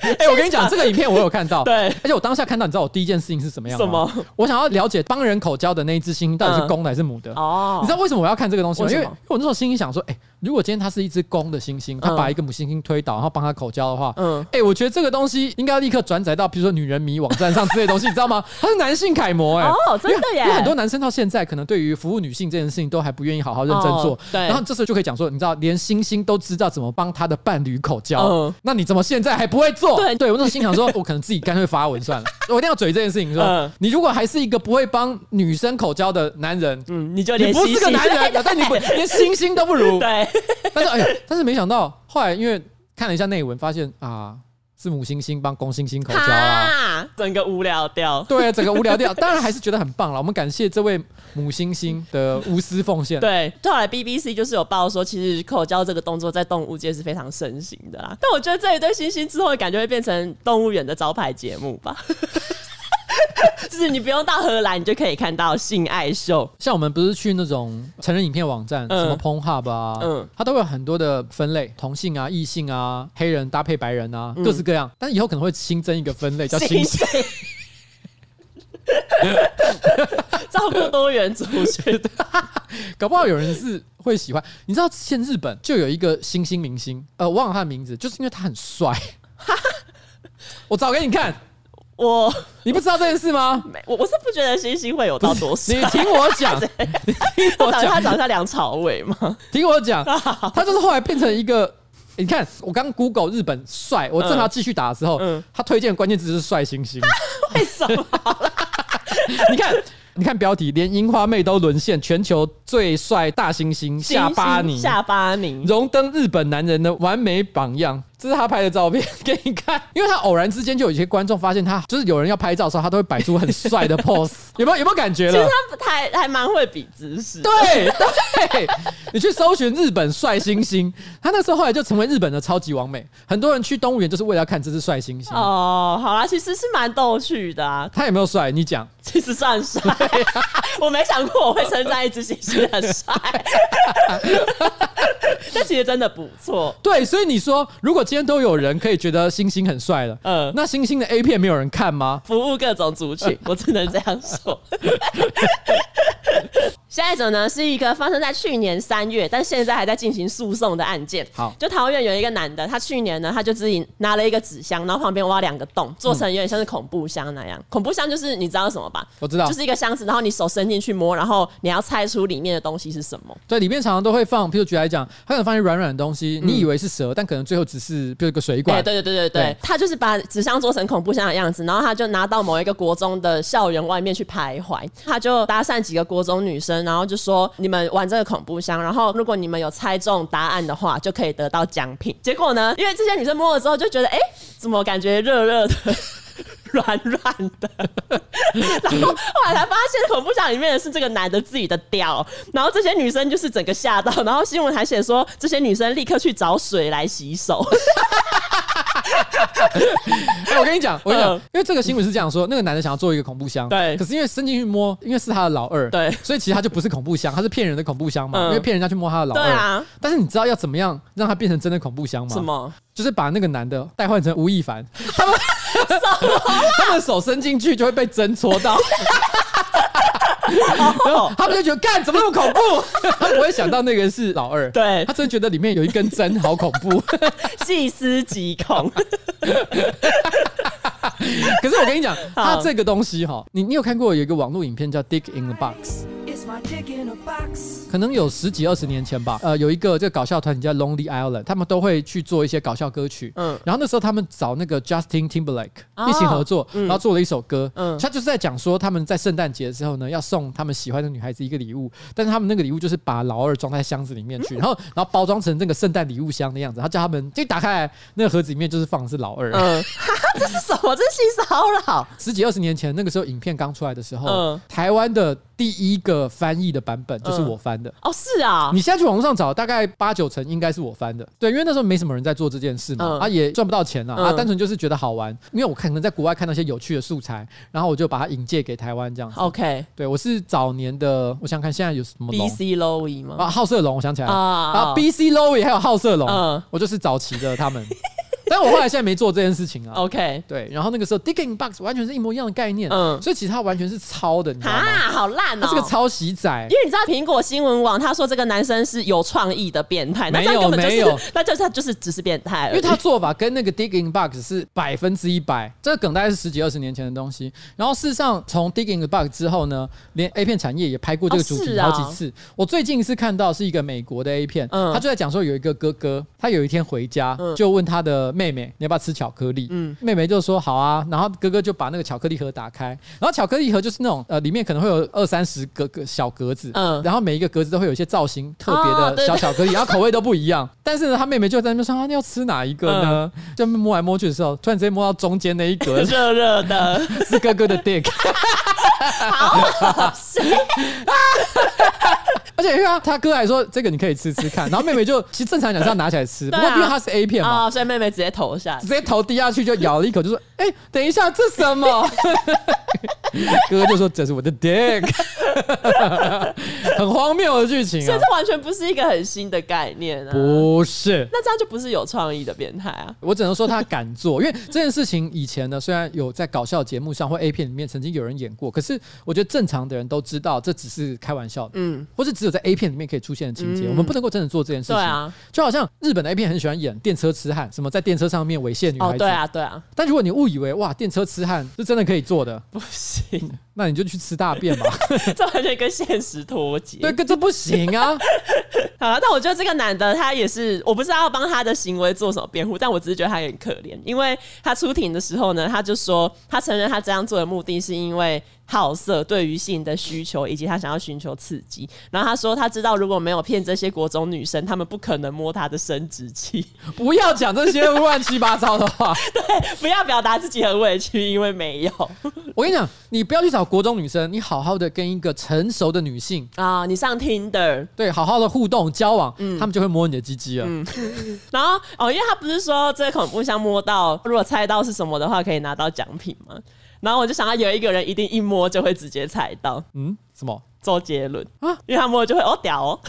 S1: 哎、我跟你讲，这个影片我有看 [LAUGHS] 到，
S2: 对
S1: 而且我当下看到，你知道我第一件事情是什么样吗？
S2: 什么？
S1: 我想要了解帮人口交的那一只猩到底是公的还是母的。
S2: 哦
S1: 你知道为什么我要看这个东西吗？
S2: 为
S1: 因
S2: 什
S1: 为
S2: 么
S1: 因为我那时候心里想说，哎、如果今天它是一只公的猩猩，它
S2: 嗯
S1: 把一个母猩猩推倒，然后帮它口交的话，嗯
S2: 嗯，
S1: 哎、我觉得这个东西应该要立刻转载到，比如说女人迷网站上之类的东西，你知道吗？ [LAUGHS] 它是男性楷模、哎，
S2: 哦真的
S1: 因为
S2: 耶
S1: 因为很多男生到现在可能对于服务女性这件事情都还不愿意好好认真做，
S2: 哦对
S1: 然后这时候就可以讲说，你知道，连猩猩都知道怎么帮他的伴侣口交，
S2: 嗯
S1: 那你怎么现在还不会做？
S2: 对
S1: 对我那时候心想说，我可能自己干脆发文
S2: [LAUGHS]
S1: 算了，我一定要嘴这件事情说，
S2: 嗯
S1: 你如果还是一个不会帮女生口交的男人，
S2: 嗯，你就
S1: 你
S2: 连
S1: 不是
S2: 猩
S1: 个
S2: 猩
S1: 男
S2: [LAUGHS]
S1: 人，但你不连星星都不如。
S2: 对，
S1: 但是哎呀，但是没想到后来因为看了一下内文，发现啊，是母猩猩帮公猩猩口交啊。
S2: [LAUGHS] 哈，整个无聊掉。
S1: [LAUGHS] 对，啊整个无聊掉，当然还是觉得很棒了。我们感谢这位母猩猩的无私奉 [LAUGHS] 献。
S2: 对，后来 BBC 就是有报说，其实口交这个动作在动物界是非常盛行的啦。但我觉得这一对星星之后，感觉会变成动物园的招牌节目吧。 [LAUGHS] 就是你不用到荷兰，你就可以看到性爱秀。
S1: 像我们不是去那种成人影片网站，
S2: 嗯
S1: 什么 Pornhub 啊，
S2: 嗯
S1: 它都会有很多的分类，同性啊、异性啊、黑人搭配白人啊，
S2: 嗯
S1: 各式各样。但以后可能会新增一个分类叫星
S2: [LAUGHS]
S1: 星。
S2: 星，照顾多元族群。
S1: 搞不好有人是会喜欢。你知道，现日本就有一个新兴明星，呃，我忘了他的名字，就是因为他很
S2: [LAUGHS]
S1: 帅。我找给你看，
S2: 我
S1: 你不知道这件事吗？
S2: 没我我是不觉得星星会有到多
S1: [LAUGHS] 你
S2: 帅。 [LAUGHS]
S1: 听我讲，你听我
S2: 他长他
S1: 讲，
S2: 长得像梁朝伟吗？
S1: [LAUGHS] 听我
S2: [LAUGHS]
S1: 讲，他就是后来变成一个。你看，我刚 Google 日本帅，我正要继续打的时候，
S2: 嗯
S1: 他推荐的关键字是帅星星。 [LAUGHS]
S2: [LAUGHS] 为什么？
S1: 你看，你看标题，连樱花妹都沦陷，全球最帅大猩猩夏巴尼，
S2: 下巴尼
S1: 荣登日本男人的完美榜样。这是他拍的照片 [LAUGHS] 给你看，因为他偶然之间就有一些观众发现他，就是有人要拍照的时候，他都会摆出很帅
S2: [LAUGHS]
S1: 的 pose，有没有有没有感觉
S2: 其实
S1: 了？
S2: 他不太还蛮会比姿
S1: [LAUGHS]
S2: 势。
S1: 对对，你去搜寻日本帅星星，他那时候后来就成为日本的超级完美，很多人去动物园就是为了要看这只帅星星。
S2: 哦，好啦，其实是蛮逗趣的啊， [LAUGHS]
S1: 他有没有帅？你讲，
S2: 其实算帅。
S1: 啊
S2: 我没想过我会称赞一只猩猩很
S1: [LAUGHS]
S2: 帅，但其实真的不错。
S1: 对，所以你说，如果今天都有人可以觉得星星很帅了，
S2: 嗯
S1: 那星星的 A 片没有人看吗？
S2: 服务各种族
S1: [LAUGHS]
S2: 群，我只能这样说。下一则呢是一个发生在去年三月，但现在还在进行诉讼的案件。
S1: 好
S2: 就桃园有一个男的，他去年呢，他就自己拿了一个纸箱，然后旁边挖两个洞，做成有点像是恐怖箱那样。恐怖箱就是你知道什么吧？
S1: 我知道
S2: 就是一个箱子，然后你手伸进去摸，然后你要猜出里面的东西是什么。
S1: 对，里面常常都会放，譬如举来讲，它可能放一些软软的东西，你以为是蛇，但可能最后只是譬如一个水
S2: 嗯哎、
S1: 管。
S2: 对对对对对，
S1: 对
S2: 他就是把纸箱做成恐怖箱的样子，然后他就拿到某一个国中的校园外面去徘徊，他就搭讪几个国中女生，然后就说你们玩这个恐怖箱，然后如果你们有猜中答案的话，就可以得到奖品。 [LAUGHS] 结果呢，因为这些女生摸了之后就觉得，哎、怎么感觉热热的？ [LAUGHS] 软软的， [LAUGHS] 然后后来才发现恐怖箱里面的是这个男的自己的屌，然后这些女生就是整个 [LAUGHS] 吓到，然后新闻还写说这些女生立刻去找水来洗手，
S1: 哎、我跟你讲，我跟你讲，
S2: 嗯
S1: 因为这个新闻是这样说，那个男的想要做一个恐怖箱，
S2: 对
S1: 可是因为伸进去摸，因为是他的老二，
S2: 对
S1: 所以其实他就不是恐怖箱，他是骗人的恐怖箱嘛，
S2: 嗯
S1: 因为骗人家去摸他的老
S2: 对
S1: 二。
S2: 啊，
S1: 但是你知道要怎么样让他变成真的恐怖箱吗？
S2: 什？么？
S1: 就是把那个男的代换成吴亦凡，他们 [LAUGHS] 他们手伸进去就会被针戳到。然后他们就觉得干怎么那么恐怖， [LAUGHS] 他不会想到那个是老二，
S2: 对
S1: 他真的觉得里面有一根针，好恐怖。
S2: [LAUGHS] 细思极恐。
S1: [LAUGHS] 可是我跟你讲，
S2: 好
S1: 他这个东西哈，你你有看过有一个网络影片叫《Dick in the Box》，
S4: It's my dick in a box.
S1: 可能有十几二十年前吧。呃，有一个这个搞笑团体叫 Lonely Island，他们都会去做一些搞笑歌曲。
S2: 嗯
S1: 嗯，然后那时候他们找那个 Justin Timberlake
S2: 哦
S1: 一起合作，
S2: 嗯
S1: 然后做了一首歌。
S2: 嗯
S1: 嗯，他就是在讲说他们在圣诞节的时候呢，要送他们喜欢的女孩子一个礼物，但是他们那个礼物就是把老二装在箱子里面
S2: 嗯
S1: 去，然后然后包装成那个圣诞礼物箱的样子。他叫他们就打开来，那个盒子里面就是放的是老二。
S2: 嗯，哈 [LAUGHS] 这是什么？这是性骚扰。
S1: 十几二十年前，那个时候影片刚出来的时候，
S2: 嗯
S1: 台湾的第一个翻译的版本就是我翻的。
S2: 哦，是啊，
S1: 你现在去网络上找，大概八九成应该是我翻的，对，因为那时候没什么人在做这件事嘛，
S2: 嗯
S1: 啊也赚不到钱啊，
S2: 嗯
S1: 啊单纯就是觉得好玩，因为我可能在国外看到一些有趣的素材，然后我就把它引介给台湾这样子。
S2: OK
S1: 对，我是早年的，我想看现在有什么
S2: B
S1: 龙
S2: C Lowy 吗？
S1: 啊，好色龙，我想起来了
S2: 啊
S1: 啊，B C Lowy 还有好色龙，
S2: 嗯
S1: 我就是早期的他们，但我后来现在没做这件事情
S2: [LAUGHS]
S1: 啊。
S2: OK，
S1: 对，然后那个时候 Digging Box 完全是一模一样的概念，
S2: 嗯
S1: 所以其实它完全是抄的，你知道吗？
S2: 哈，好烂哦、
S1: 它是个抄袭仔
S2: 因。为你知道苹果新闻网他说这个男生是有创意的变态，那
S1: 没
S2: 这
S1: 有
S2: 样根本就
S1: 没有
S2: 是， [LAUGHS] 那就是他就是只是变态而
S1: 因
S2: 已，
S1: 为他做法跟那个 Digging Box 是百分之一百，这个梗大概是十几二十年前的东西。然后事实上，从 Digging Box 之后呢，连 A 片产业也拍过这个主
S2: 哦
S1: 题
S2: 是啊
S1: 好几次。我最近是看到是一个美国的 A 片，
S2: 嗯
S1: 他就在讲说有一个哥哥，他有一天回家、
S2: 嗯
S1: 就问他的妹妹你要不要吃巧克力，
S2: 嗯
S1: 妹妹就说好啊，然后哥哥就把那个巧克力盒打开，然后巧克力盒就是那种呃里面可能会有二三十个个小格子，
S2: 嗯
S1: 然后每一个格子都会有一些造型特
S2: 哦
S1: 别
S2: 对
S1: 的小巧克力，然后口味都不一样。 [LAUGHS] 但是呢，他妹妹就在那边说啊，你要吃哪一个呢？
S2: 嗯
S1: 就摸来摸去的时候，突然之间摸到中间那一
S2: [LAUGHS]
S1: 格
S2: 热热的，
S1: 是哥哥的 dick， [LAUGHS]
S2: 好啊笑
S1: 而且因为他他哥还说这个你可以吃吃看，然后妹妹就其实正常讲是要拿起来吃，
S2: 对
S1: 不
S2: 啊
S1: 过因为它是 A 片嘛。啊
S2: 啊！所以妹妹直接投下
S1: 直，接头低下去就咬了一口，就说：“哎、等一下，这什
S2: [LAUGHS]
S1: 么？”哥哥就说：“这是我的 dick。” [LAUGHS] 很荒谬的剧情
S2: 所以
S1: 啊！
S2: 这完全不是一个很新的概念啊。
S1: 不是，
S2: 那这样就不是有创意的变态啊！
S1: 我只能说他敢做，因为这件事情以前呢，虽然有在搞笑节目上或 A 片里面曾经有人演过，可是我觉得正常的人都知道这只是开玩笑的，
S2: 嗯
S1: 嗯，或是只有在 A 片里面可以出现的情节，
S2: 嗯
S1: 我们不能够真的做这件事情。
S2: 对，啊，
S1: 就好像日本的 A 片很喜欢演电车痴汉，什么在电车上面猥亵女孩
S2: 哦，
S1: 子，
S2: 对啊，对啊，
S1: 但如果你误以为哇电车痴汉是真的可以做的，
S2: 不行，
S1: 那你就去吃大便吧，
S2: [LAUGHS] 这完全跟现实脱节。
S1: [LAUGHS] 对，这不行啊。
S2: 好了，但我觉得这个男的他也是，我不知道要帮他的行为做什么辩护，但我只是觉得他有点可怜，因为他出庭的时候呢，他就说他承认他这样做的目的是因为好色对于性的需求，以及他想要寻求刺激。然后他说他知道如果没有骗这些国中女生，他们不可能摸他的生殖器， [LAUGHS]
S1: 不要讲这些乱七八糟的话。
S2: 不要表达自己很委屈，因为没有
S1: 我跟你讲，你不要去找国中女生，你好好的跟一个成熟的女性
S2: 啊。你上 Tinder，
S1: 对，好好的互动交往，
S2: 嗯
S1: 他们就会摸你的鸡鸡了。
S2: 然后哦，因为他不是说这个恐怖箱摸到，如果猜到是什么的话，可以拿到奖品吗？然后我就想到有一个人一定一摸就会直接猜到
S1: 嗯，什么？
S2: 周杰伦
S1: [LAUGHS] 啊
S2: 因为他摸了就会哦屌
S1: [LAUGHS]
S2: 哦，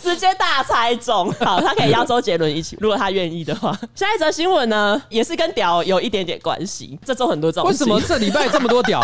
S2: 直接大猜中。好，他可以邀周杰伦一起，如果他愿意的话。下一则新闻呢，也是跟屌有一点点关系。这周很多这种
S1: 为什么
S2: 新闻
S1: 这礼拜这么
S2: [LAUGHS]
S1: 多屌？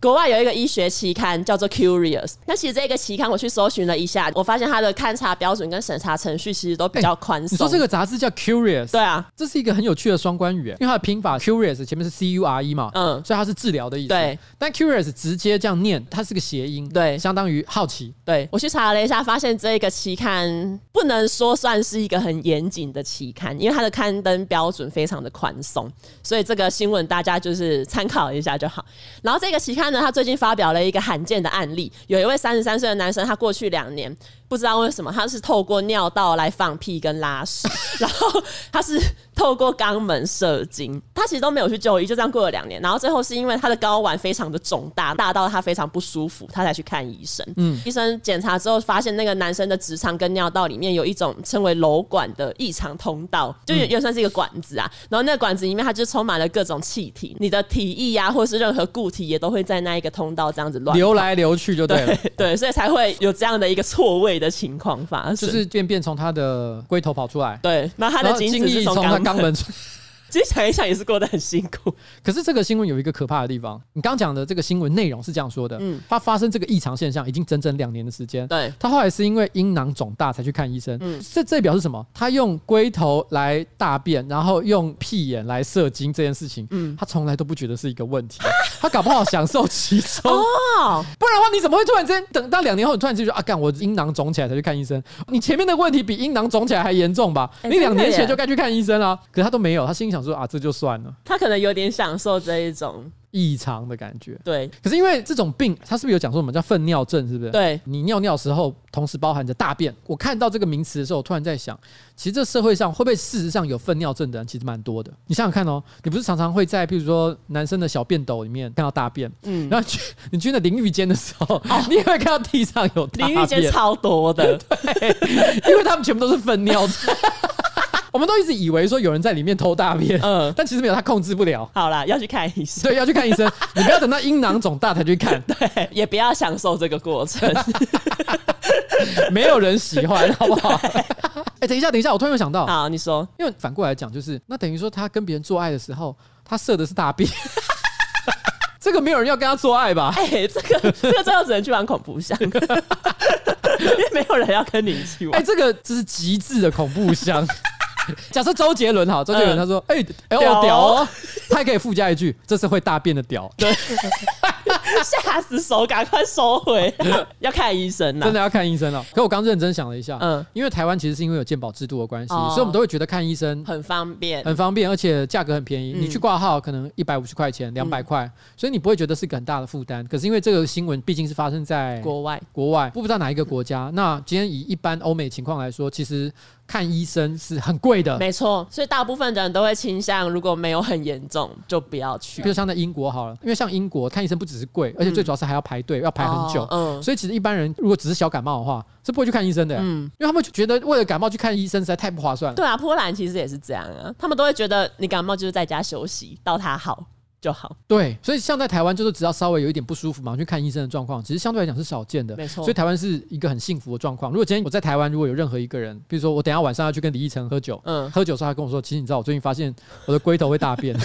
S2: 国外有一个医学期刊叫做《Curious》，那其实这个期刊我去搜寻了一下，我发现它的勘察标准跟审查程序其实都比较宽松。
S1: 你说这个杂志叫 Curious，
S2: 对啊，
S1: 这是一个很有趣的双关语，因为它的拼法 Curious 前面是 C U R E 嘛，
S2: 嗯
S1: 所以它是治疗的意思。
S2: 对，
S1: 但 Curious 直接这样念，它是个谐音，
S2: 对
S1: 相当于好奇。
S2: 对我去查了一下，发现这个期刊不能说算是一个很严谨的期刊，因为它的刊登标准非常的宽松，所以这个新闻大家就是参考一下就好。然后这个期刊呢，它最近发表了一个罕见的案例，有一位三十三岁的男生，他过去两年不知道为什么他是透过尿道来放屁跟拉
S1: [LAUGHS]
S2: 屎，然后他是透过肛门射精，他其实都没有去就医，就这样过了两年。然后最后是因为他的睾丸非常的肿大，大到他非常不舒服，他才去看医生。嗯，医生检查之后发现那个男生的直肠。肠跟尿道里面有一种称为瘘管的异常通道，就
S1: 嗯
S2: 也也算是一个管子啊。然后那个管子里面它就充满了各种气体，你的体液呀、或是任何固体也都会在那一个通道这样子乱
S1: 流来流去就对了。
S2: 对对，所以才会有这样的一个错位的情况发生。
S1: 就是便便从他的龟头跑出来，
S2: 对，那他
S1: 然
S2: 的
S1: 后
S2: 精
S1: 精
S2: 子
S1: 液
S2: 是从
S1: 从他
S2: 肛
S1: 肛
S2: 门，
S1: 门出。
S2: [LAUGHS]
S1: [LAUGHS]
S2: 其实想一想也是过得很辛苦。
S1: 可是这个新闻有一个可怕的地方，你刚讲的这个新闻内容是这样说的：，嗯
S2: 嗯，
S1: 它发生这个异常现象已经整整两年的时间。
S2: 对
S1: 他后来是因为阴囊肿大才去看医生。嗯，这这表示什么？他用龟头来大便，然后用屁眼来射精这件事情，嗯，他从来都不觉得是一个问题， [LAUGHS] 他搞不好享受其 [LAUGHS] 中。
S2: 哦，
S1: 不然的话，你怎么会突然之间等到两年后，你突然之间就啊，干我阴囊肿起来才去看医生？你前面的问题比阴囊肿起来还严重吧？
S2: 哎
S1: 你两年
S2: 真的
S1: 前
S2: 耶
S1: 就该去看医生啊，可是他都没有，他心里想说啊，这就算了，
S2: 他可能有点享受这一种，
S1: 异常的感觉。
S2: 对
S1: 可是因为这种病，他是不是有讲说我们叫粪尿症？是不是？，
S2: 对，
S1: 你尿尿的时候同时包含着大便。我看到这个名词的时候，我突然在想，其实这社会上会不会事实上有粪尿症的人其实蛮多的？你想想看哦，你不是常常会在譬如说男生的小便斗里面看到大便，
S2: 嗯，哦
S1: 然后你去你去那淋浴间的时候，你也会看到地上有大
S2: 淋
S1: 便，
S2: 浴间超多的，
S1: [LAUGHS] 因为他们全部都是粪尿 [LAUGHS] 症。我们都一直以为说有人在里面偷大便，
S2: 嗯
S1: 但其实没有，他控制不了。
S2: 好啦，要去看医生，
S1: 所以要去看医生，你不要等到阴囊肿大才去看，
S2: 对，也不要享受这个过
S1: [LAUGHS]
S2: 程。
S1: 没有人喜欢，好不
S2: [LAUGHS]
S1: 好？哎、等一下，等一下，我突然又想到，
S2: 好，你说，
S1: 因为反过来讲，就是那等于说他跟别人做爱的时候，他射的是大便， [LAUGHS] 这个没有人要跟他做爱吧？
S2: 哎、这个这个最后只能去玩恐怖箱，因为没有人要跟你一起
S1: 哎、
S2: 玩。
S1: 这个这是极致的恐怖箱。 [LAUGHS] 假设周杰伦好，周杰伦
S2: 嗯
S1: 他说：“哎、哎呦、
S2: 屌哦
S1: 屌哦！”他还可以附加一句：“这是会大便的屌。”对，哎
S2: 吓死手，赶快收
S1: [LAUGHS]
S2: 回！要看医生呐、啊
S1: 真的要看医生哦。可我刚认真想了一下，嗯
S2: 嗯，
S1: 因为台湾其实是因为有健保制度的关系，
S2: 哦
S1: 所以我们都会觉得看医生
S2: 很方便。
S1: 很方便，而且价格很便宜。
S2: 嗯
S1: 你去挂号可能一百五十块钱、两百块，所以你不会觉得是个很大的负担。可是因为这个新闻毕竟是发生在
S2: 国外
S1: 国外，不知道哪一个国家。那今天以一般欧美情况来说，其实看医生是很贵的。
S2: 没错，所以大部分人都会倾向，如果没有很严重，就不要去
S1: 比如。像在英国好了，因为像英国看医生不只是贵，而且最主要是还要排队，要排很久。
S2: 嗯哦嗯
S1: 所以其实一般人如果只是小感冒的话，是不会去看医生的。嗯，因为他们就觉得为了感冒去看医生实在太不划算了。
S2: 对啊，波兰其实也是这样啊，他们都会觉得你感冒就是在家休息，到他好就好。
S1: 对，所以像在台湾，就是只要稍微有一点不舒服，马上去看医生的状况，其实相对来讲是少见的。
S2: 没错
S1: 所以台湾是一个很幸福的状况。如果今天我在台湾，如果有任何一个人，比如说我等一下晚上要去跟李依晨喝酒，
S2: 嗯
S1: 喝酒的时候他跟我说，其实你知道我最近发现我的龟头会大
S2: [LAUGHS]
S1: 便，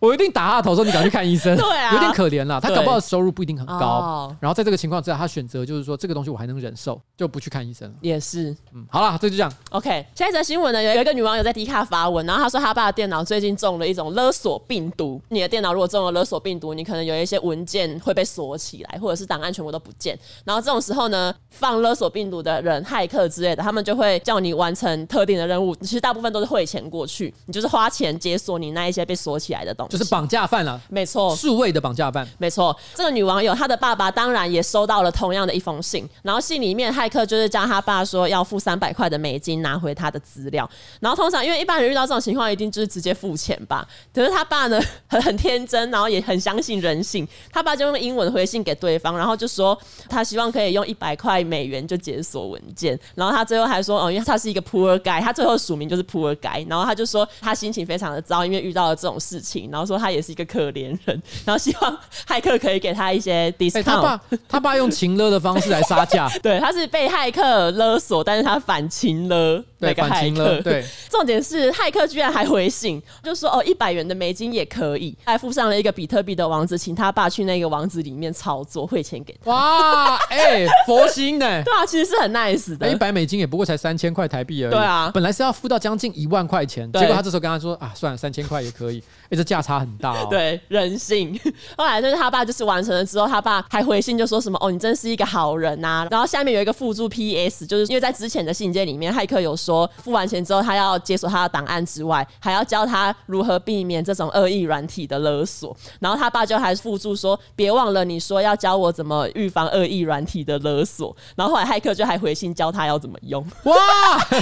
S1: 我一定打他的头说你赶快去看医生。
S2: 对啊
S1: 有点可怜啦，他
S2: 对
S1: 搞不好收入不一定很高
S2: 哦。
S1: 然后在这个情况之下，他选择就是说这个东西我还能忍受，就不去看医生了。
S2: 也是
S1: 嗯，好啦，这就这样。
S2: OK。下一则新闻呢，有有一个女网友在迪卡发文，然后她说她爸的电脑最近中了一种勒索病毒。你的电脑如果中了勒索病毒，你可能有一些文件会被锁起来，或者是档案全部都不见。然后这种时候呢，放勒索病毒的人、骇客之类的，他们就会叫你完成特定的任务。其实大部分都是汇钱过去，你就是花钱解锁你那一些被锁起来的东西。
S1: 就是绑架犯啦，
S2: 没错，
S1: 数位的绑架犯。
S2: 没错，这个女网友她的爸爸当然也收到了同样的一封信，然后信里面骇客就是叫他爸说要付三百块的美金拿回他的资料，然后通常因为一般人遇到这种情况一定就是直接付钱吧，可是他爸呢很很天真，然后也很相信人性，他爸就用英文回信给对方，然后就说他希望可以用一百块美元就解锁文件，然后他最后还说哦，因为他是一个 poor guy，他最后署名就是 poor guy，然后他就说他心情非常的糟，因为遇到了这种事情，然后说他也是一个可怜人， [LAUGHS] 然后希望骇客可以给他一些
S1: 哎、
S2: discount。
S1: 他爸他爸用情勒的方式来杀价。
S2: 对，他是被骇客勒索，但是他反情勒
S1: 对
S2: 那个
S1: 反
S2: 骇
S1: 情勒
S2: 客。
S1: 对，
S2: 重点是骇客居然还回信，就说哦，一百元的美金也可以，还附上了一个比特币的网址，请他爸去那个网址里面操作汇钱给他。
S1: 哇，哎、佛心呢、
S2: [LAUGHS] 对啊，其实是很 nice 的
S1: 一。百美金也不过才三千块台币而已。
S2: 对啊
S1: 本来是要付到将近一万块钱，
S2: 对
S1: 结果他这时候跟他说啊，算了，三千块也可以。哎、这价差很大哦。，
S2: [LAUGHS] 对人性， [LAUGHS] 后来就是他爸就是完成了之后，他爸还回信就说什么哦，你真是一个好人呐、然后下面有一个附注 P.S.，就是因为在之前的信件里面，骇客有说付完钱之后，他要解锁他的档案之外，还要教他如何避免这种恶意软体的勒索。然后他爸就还附注说，别忘了你说要教我怎么预防恶意软体的勒索。然后后来骇 [LAUGHS] 客就还回信教他要怎么用，
S1: 哇，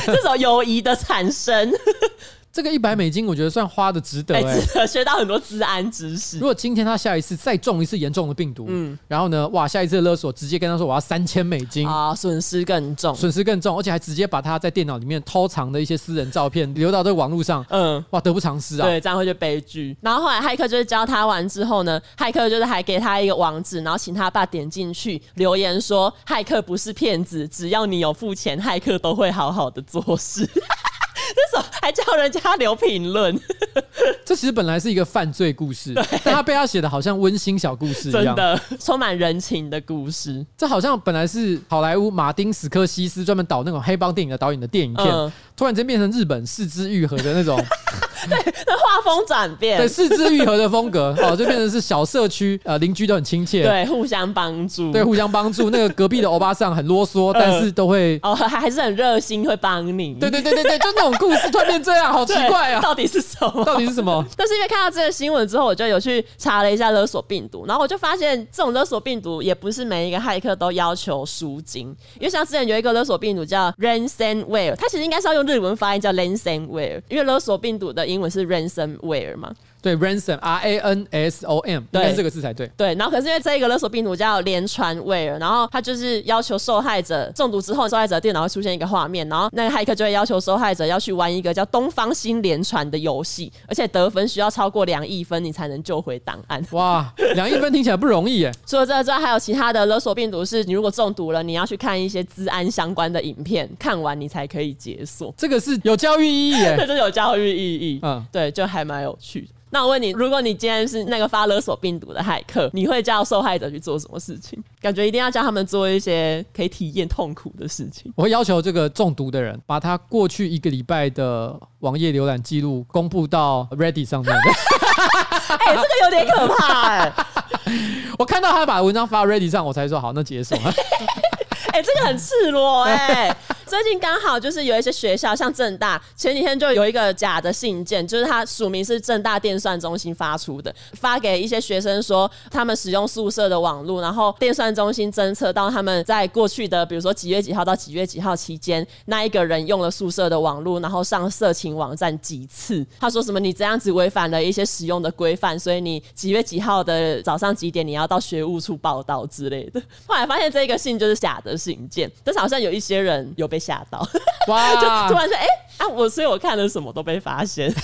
S2: 这种友谊的产生。
S1: 这个一百美金，我觉得算花的值得、
S2: 哎、
S1: 欸。
S2: 值得学到很多治安知识
S1: 如。果今天他下一次再中一次严重的病毒，嗯，然后呢，哇，下一次勒索直接跟他说我要三千美金，
S2: 啊，损失更重。
S1: 损失更重，而且还直接把他在电脑里面偷藏的一些私人照片留到这个网络上，
S2: 嗯，
S1: 哇，得不偿失啊！
S2: 对，这样会就悲剧。然后后来骇客就是教他完之后呢，骇客就是还给他一个网址，然后请他爸点进去留言说：“骇客不是骗子，只要你有付钱，骇客都会好好的做事。” [LAUGHS] 这时候还叫人家留评论，
S1: 这其实本来是一个犯罪故事，但他被他写的好像温馨小故事一
S2: 真
S1: 样。
S2: 的充满人情的故事。
S1: 这好像本来是好莱坞马丁·史科西斯专门导那种黑帮电影的导演的电影片，
S2: 嗯
S1: 突然间变成日本四肢愈合的那
S2: [LAUGHS]
S1: 种，
S2: 那画风转变，
S1: 对四肢愈合的风格哦，就变成是小社区呃邻居都很亲切，
S2: 对互相帮助，
S1: 对，互相帮助。那个隔壁的欧巴桑很啰嗦，但是都会。
S2: 嗯哦，还还是很热心，会帮你。
S1: 对对对对对，就那种故事突然变这样，好奇
S2: [LAUGHS] 对，
S1: 怪啊！
S2: 到底是什么？
S1: 到底是什么？
S2: 但是因为看到这个新闻之后，我就有去查了一下勒索病毒，然后我就发现这种勒索病毒也不是每一个骇客都要求赎金，因为像之前有一个勒索病毒叫 ransomware，它其实应该是要用日文发音叫 ransomware，因为勒索病毒的英文是 ransomware 嘛。
S1: 对，ransom R A N S O M，应
S2: 对
S1: 该是这个字才对。
S2: 对，然后可是因为这一个勒索病毒叫连传威尔，然后他就是要求受害者中毒之后，受害者的电脑会出现一个画面，然后那个骇客就会要求受害者要去玩一个叫《东方新连传》的游戏，而且得分需要超过两亿分，你才能救回档案。
S1: 哇，两亿分听起来不容易耶！
S2: 除了这个之外，还有其他的勒索病毒是，你如果中毒了，你要去看一些治安相关的影片，看完你才可以解锁。
S1: 这个是有教育意义
S2: [LAUGHS] 对，
S1: 耶。
S2: 这有教育意义。
S1: 嗯
S2: 对，就还蛮有趣的。那我问你，如果你今天是那个发勒索病毒的骇客，你会叫受害者去做什么事情？感觉一定要叫他们做一些可以体验痛苦的事情。
S1: 我会要求这个中毒的人把他过去一个礼拜的网页浏览记录公布到 Ready 上面。 [LAUGHS]
S2: 哎、这个有点可怕哎、
S1: 我看到他把文章发 Ready 上，我才说好，那
S2: [LAUGHS]
S1: 解锁。
S2: 哎、这个很赤裸哎、最近刚好就是有一些学校，像正大，前几天就有一个假的信件，就是它署名是正大电算中心发出的，发给一些学生说他们使用宿舍的网络，然后电算中心侦测到他们在过去的比如说几月几号到几月几号期间，那一个人用了宿舍的网络，然后上色情网站几次。他说什么你这样子违反了一些使用的规范，所以你几月几号的早上几点你要到学务处报道之类的。 [LAUGHS] 后来发现这个信就是假的信件，但是好像有一些人有被吓到， [LAUGHS] 就
S1: 哇
S2: 突，然说哎、啊我所以我看了什么都被发现。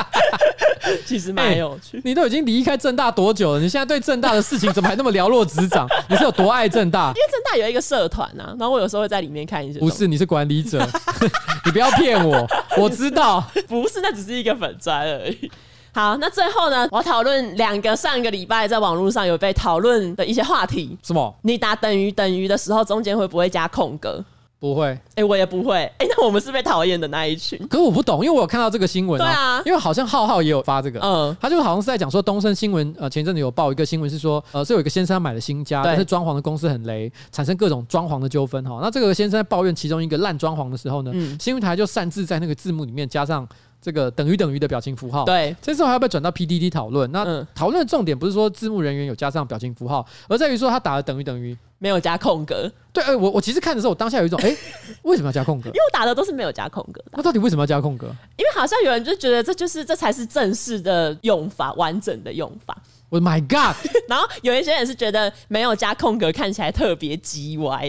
S2: [LAUGHS] 其实蛮有趣，
S1: 你都已经离开正大多久了？你现在对正大的事情怎么还那么寥落指
S2: [LAUGHS]
S1: 掌？你是有多爱正大？
S2: 因为正大有一个社团啊，然后我有时候会在里面看一些东
S1: 不
S2: 西。
S1: 是，你是管理者， [LAUGHS] 你不要骗
S2: [LAUGHS]
S1: 我，我知道。
S2: 不是，那只是一个粉砖而已。好，那最后呢，我要讨论两个上个礼拜在网络上有被讨论的一些话题。
S1: 什么？
S2: 你打等于等于的时候，中间会不会加空格？
S1: 不会。
S2: 哎、我也不会。哎、那我们是被讨厌的那一群。
S1: 可是我不懂，因为我有看到这个新闻、
S2: 对啊
S1: 因为好像浩浩也有发这个，
S2: 嗯
S1: 嗯，他就好像是在讲说东森新闻，呃，前阵子有报一个新闻是说，呃，是有一个先生他买了新家，
S2: 对
S1: 但是装潢的公司很雷，产生各种装潢的纠纷哈。那这个先生在抱怨其中一个烂装潢的时候呢，
S2: 嗯
S1: 新闻台就擅自在那个字幕里面加上这个等于等于的表情符号，。
S2: 哦对，
S1: 这次还要被转到 PDD 讨论。那
S2: 嗯
S1: 讨论的重点不是说字幕人员有加上表情符号，而在于说他打了等于等于。
S2: 没有加空格，因
S1: 对，呃，我我其实看的时候，我当下有一种，哎、为什么要加空
S2: [LAUGHS]
S1: 格？
S2: 为我打的都是没有加空格的，
S1: 那到底为什么要加空格？
S2: 因为好像有人就觉得这就是这才是正式的用法，完整的用法。 [LAUGHS]
S1: 我的 My God！
S2: 然后有一些人是觉得没有加空格看起来特别叽歪，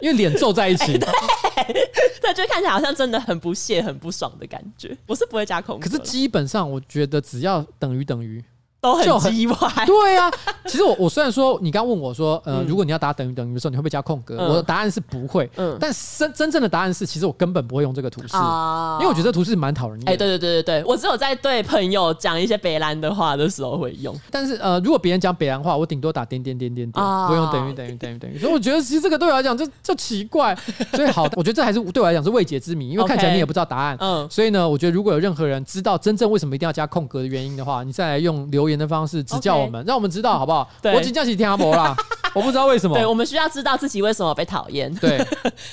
S1: 因为脸皱在一
S2: 哎
S1: 起。
S2: 对，就看起来好像真的很不屑、很不爽的感觉。我是不会加空格
S1: 可
S2: 啦，
S1: 是基本上，我觉得只要等于等
S2: [LAUGHS]
S1: 于，
S2: 都很
S1: 就很
S2: 叽歪。
S1: 对啊。其实我我虽然说你刚问我说，呃，
S2: 嗯
S1: 如果你要打等于等于的时候，你会不会加空格？
S2: 嗯
S1: 我的答案是不会。
S2: 嗯
S1: 但真真正的答案是，其实我根本不会用这个图示，
S2: 啊
S1: 因为我觉得这图示蛮讨人厌。
S2: 哎、对对对对对，我只有在对朋友讲一些北兰的话的时候会用。
S1: 但是呃，如果别人讲北洋话，我顶多打点点点点点，
S2: 啊
S1: 不用等于等于等于等于。所以我觉得其实这个对我来讲就就奇怪，所以好，我觉得这还是对我来讲是未解之谜，因为
S2: OK
S1: 看起来你也不知道答案。
S2: 嗯
S1: 所以呢，我觉得如果有任何人知道真正为什么一定要加空格的原因的话，你再来用留言的方式指教
S2: OK
S1: 我们让我们知道好不好？
S2: 对
S1: 我请教起天阿伯啦，我不知道为什么
S2: 对，。我们需要知道自己为什么被讨厌。
S1: 哦对，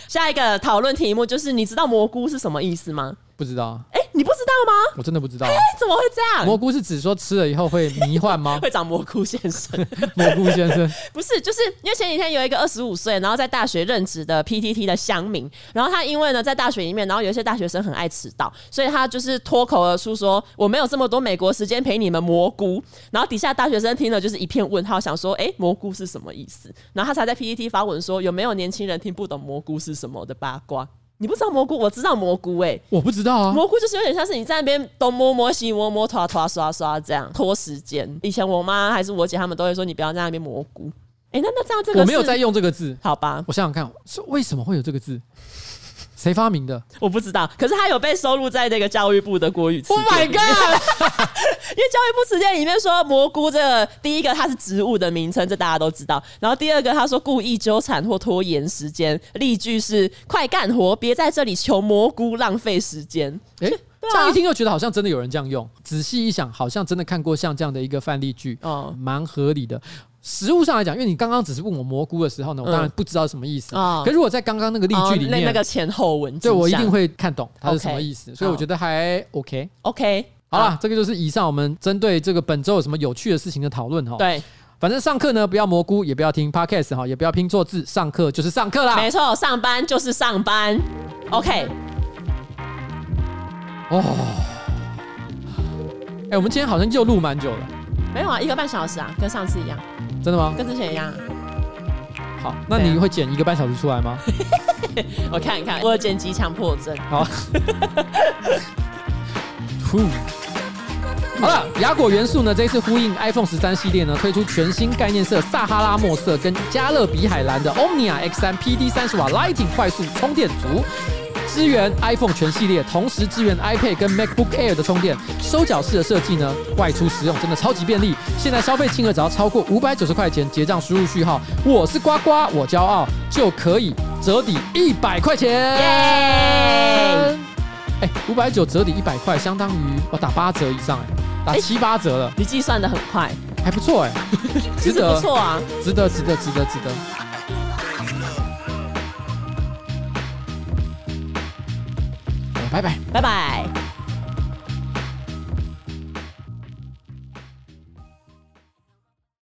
S2: 下一个讨论题目就是：你知道蘑菇是什么意思吗？
S1: 不知道。
S2: 哎、你你不知道吗？
S1: 我真的不知道。啊
S2: 哎怎么会这
S1: 蘑
S2: 样？？
S1: 菇是指说吃了以后会迷幻吗
S2: [LAUGHS] 会长蘑菇先生，
S1: 蘑菇先生，
S2: [LAUGHS] 不是，就是因为前几天有一个二十五岁，然后在大学任职的 PTT 的乡民，然后他因为呢在大学里面，然后有一些大学生很爱迟到，所以他就是脱口而出说我没有这么多美国时间陪你们蘑菇，然后底下大学生听了就是一片问号，想说哎、诶蘑菇是什么意思？然后他才在 PTT 发文说有没有年轻人听不懂蘑菇是什么的八卦？你不知道蘑菇，我知道蘑菇哎、诶
S1: 我不知道啊。
S2: 蘑菇就是有点像是你在那边东摸摸西摸摸，拖拖刷刷这样拖时间。以前我妈还是我姐他们都会说你不要在那边蘑菇。哎、那那这样这个
S1: 我没有
S2: 是
S1: 在用这个字，
S2: 好吧，
S1: 我想想看，是为什么会有这个字？谁发明的
S2: 我不知道。可是它有被收录在那个教育部的国语词典里面
S1: [LAUGHS] Oh god！
S2: [LAUGHS] 因为教育部词典里面说蘑菇这个第一个它是植物的名称，这大家都知道。然后第二个他说故意纠缠或拖延时间，例句是快干活，别在这里求蘑菇浪费时间。
S1: 哎、
S2: 啊
S1: 这样一听就觉得好像真的有人这样用。仔细一想，好像真的看过像这样的一个范例剧，
S2: 哦
S1: 蛮合理的。实物上来讲，因为你刚刚只是问我蘑菇的时候呢，我当然
S2: 嗯
S1: 不知道什么意思。
S2: 哦
S1: 可如果在刚刚那个例句里
S2: 哦那
S1: 面，
S2: 那个前后文之
S1: 对
S2: 下，
S1: 我一定会看懂它是
S2: OK 哦
S1: 什么意思，所以我觉得还 OK。
S2: OK。
S1: 好啦，，这个就是以上我们针对这个本周有什么有趣的事情的讨论哈。，
S2: 对。
S1: 反正上课呢不要蘑菇，也不要听 podcast 哈，也不要拼错字，上课就是上课啦。
S2: 没错，上班就是上班。OK，
S1: 哎、我们今天好像又录蛮久了，
S2: 没有啊，一个半小时啊，跟上次一样，
S1: 真的吗？
S2: 跟之前一样。啊
S1: 好，那
S2: 对
S1: 你
S2: 啊
S1: 会剪一个半小时出来吗？
S2: 我看一看，我有剪辑强迫症。
S1: 好，呼。好了，雅果元素呢，这一次呼应 iPhone 十三系列呢，推出全新概念色撒哈拉墨色跟加勒比海蓝的 Omnia X 3 PD 三十瓦 Lighting 快速充电组。支援 iPhone 全系列，同时支援 iPad 跟 MacBook Air 的充电，收缴式的设计呢，外出使用真的超级便利。现在消费金额只要超过五百九十块钱，结账输入序号“我是呱呱，我骄傲”就可以折抵一百块钱。
S2: 耶！
S1: 哎，五百九折抵一百块，相当于我打八折以上，哎，打
S2: 哎
S1: 七八折了，
S2: 你计算的很快，
S1: 还不错哎，
S2: 其
S1: 值
S2: 实不
S1: 得，
S2: 错啊。
S1: 值得，值得，值得，值得。哎拜拜。
S2: 拜拜。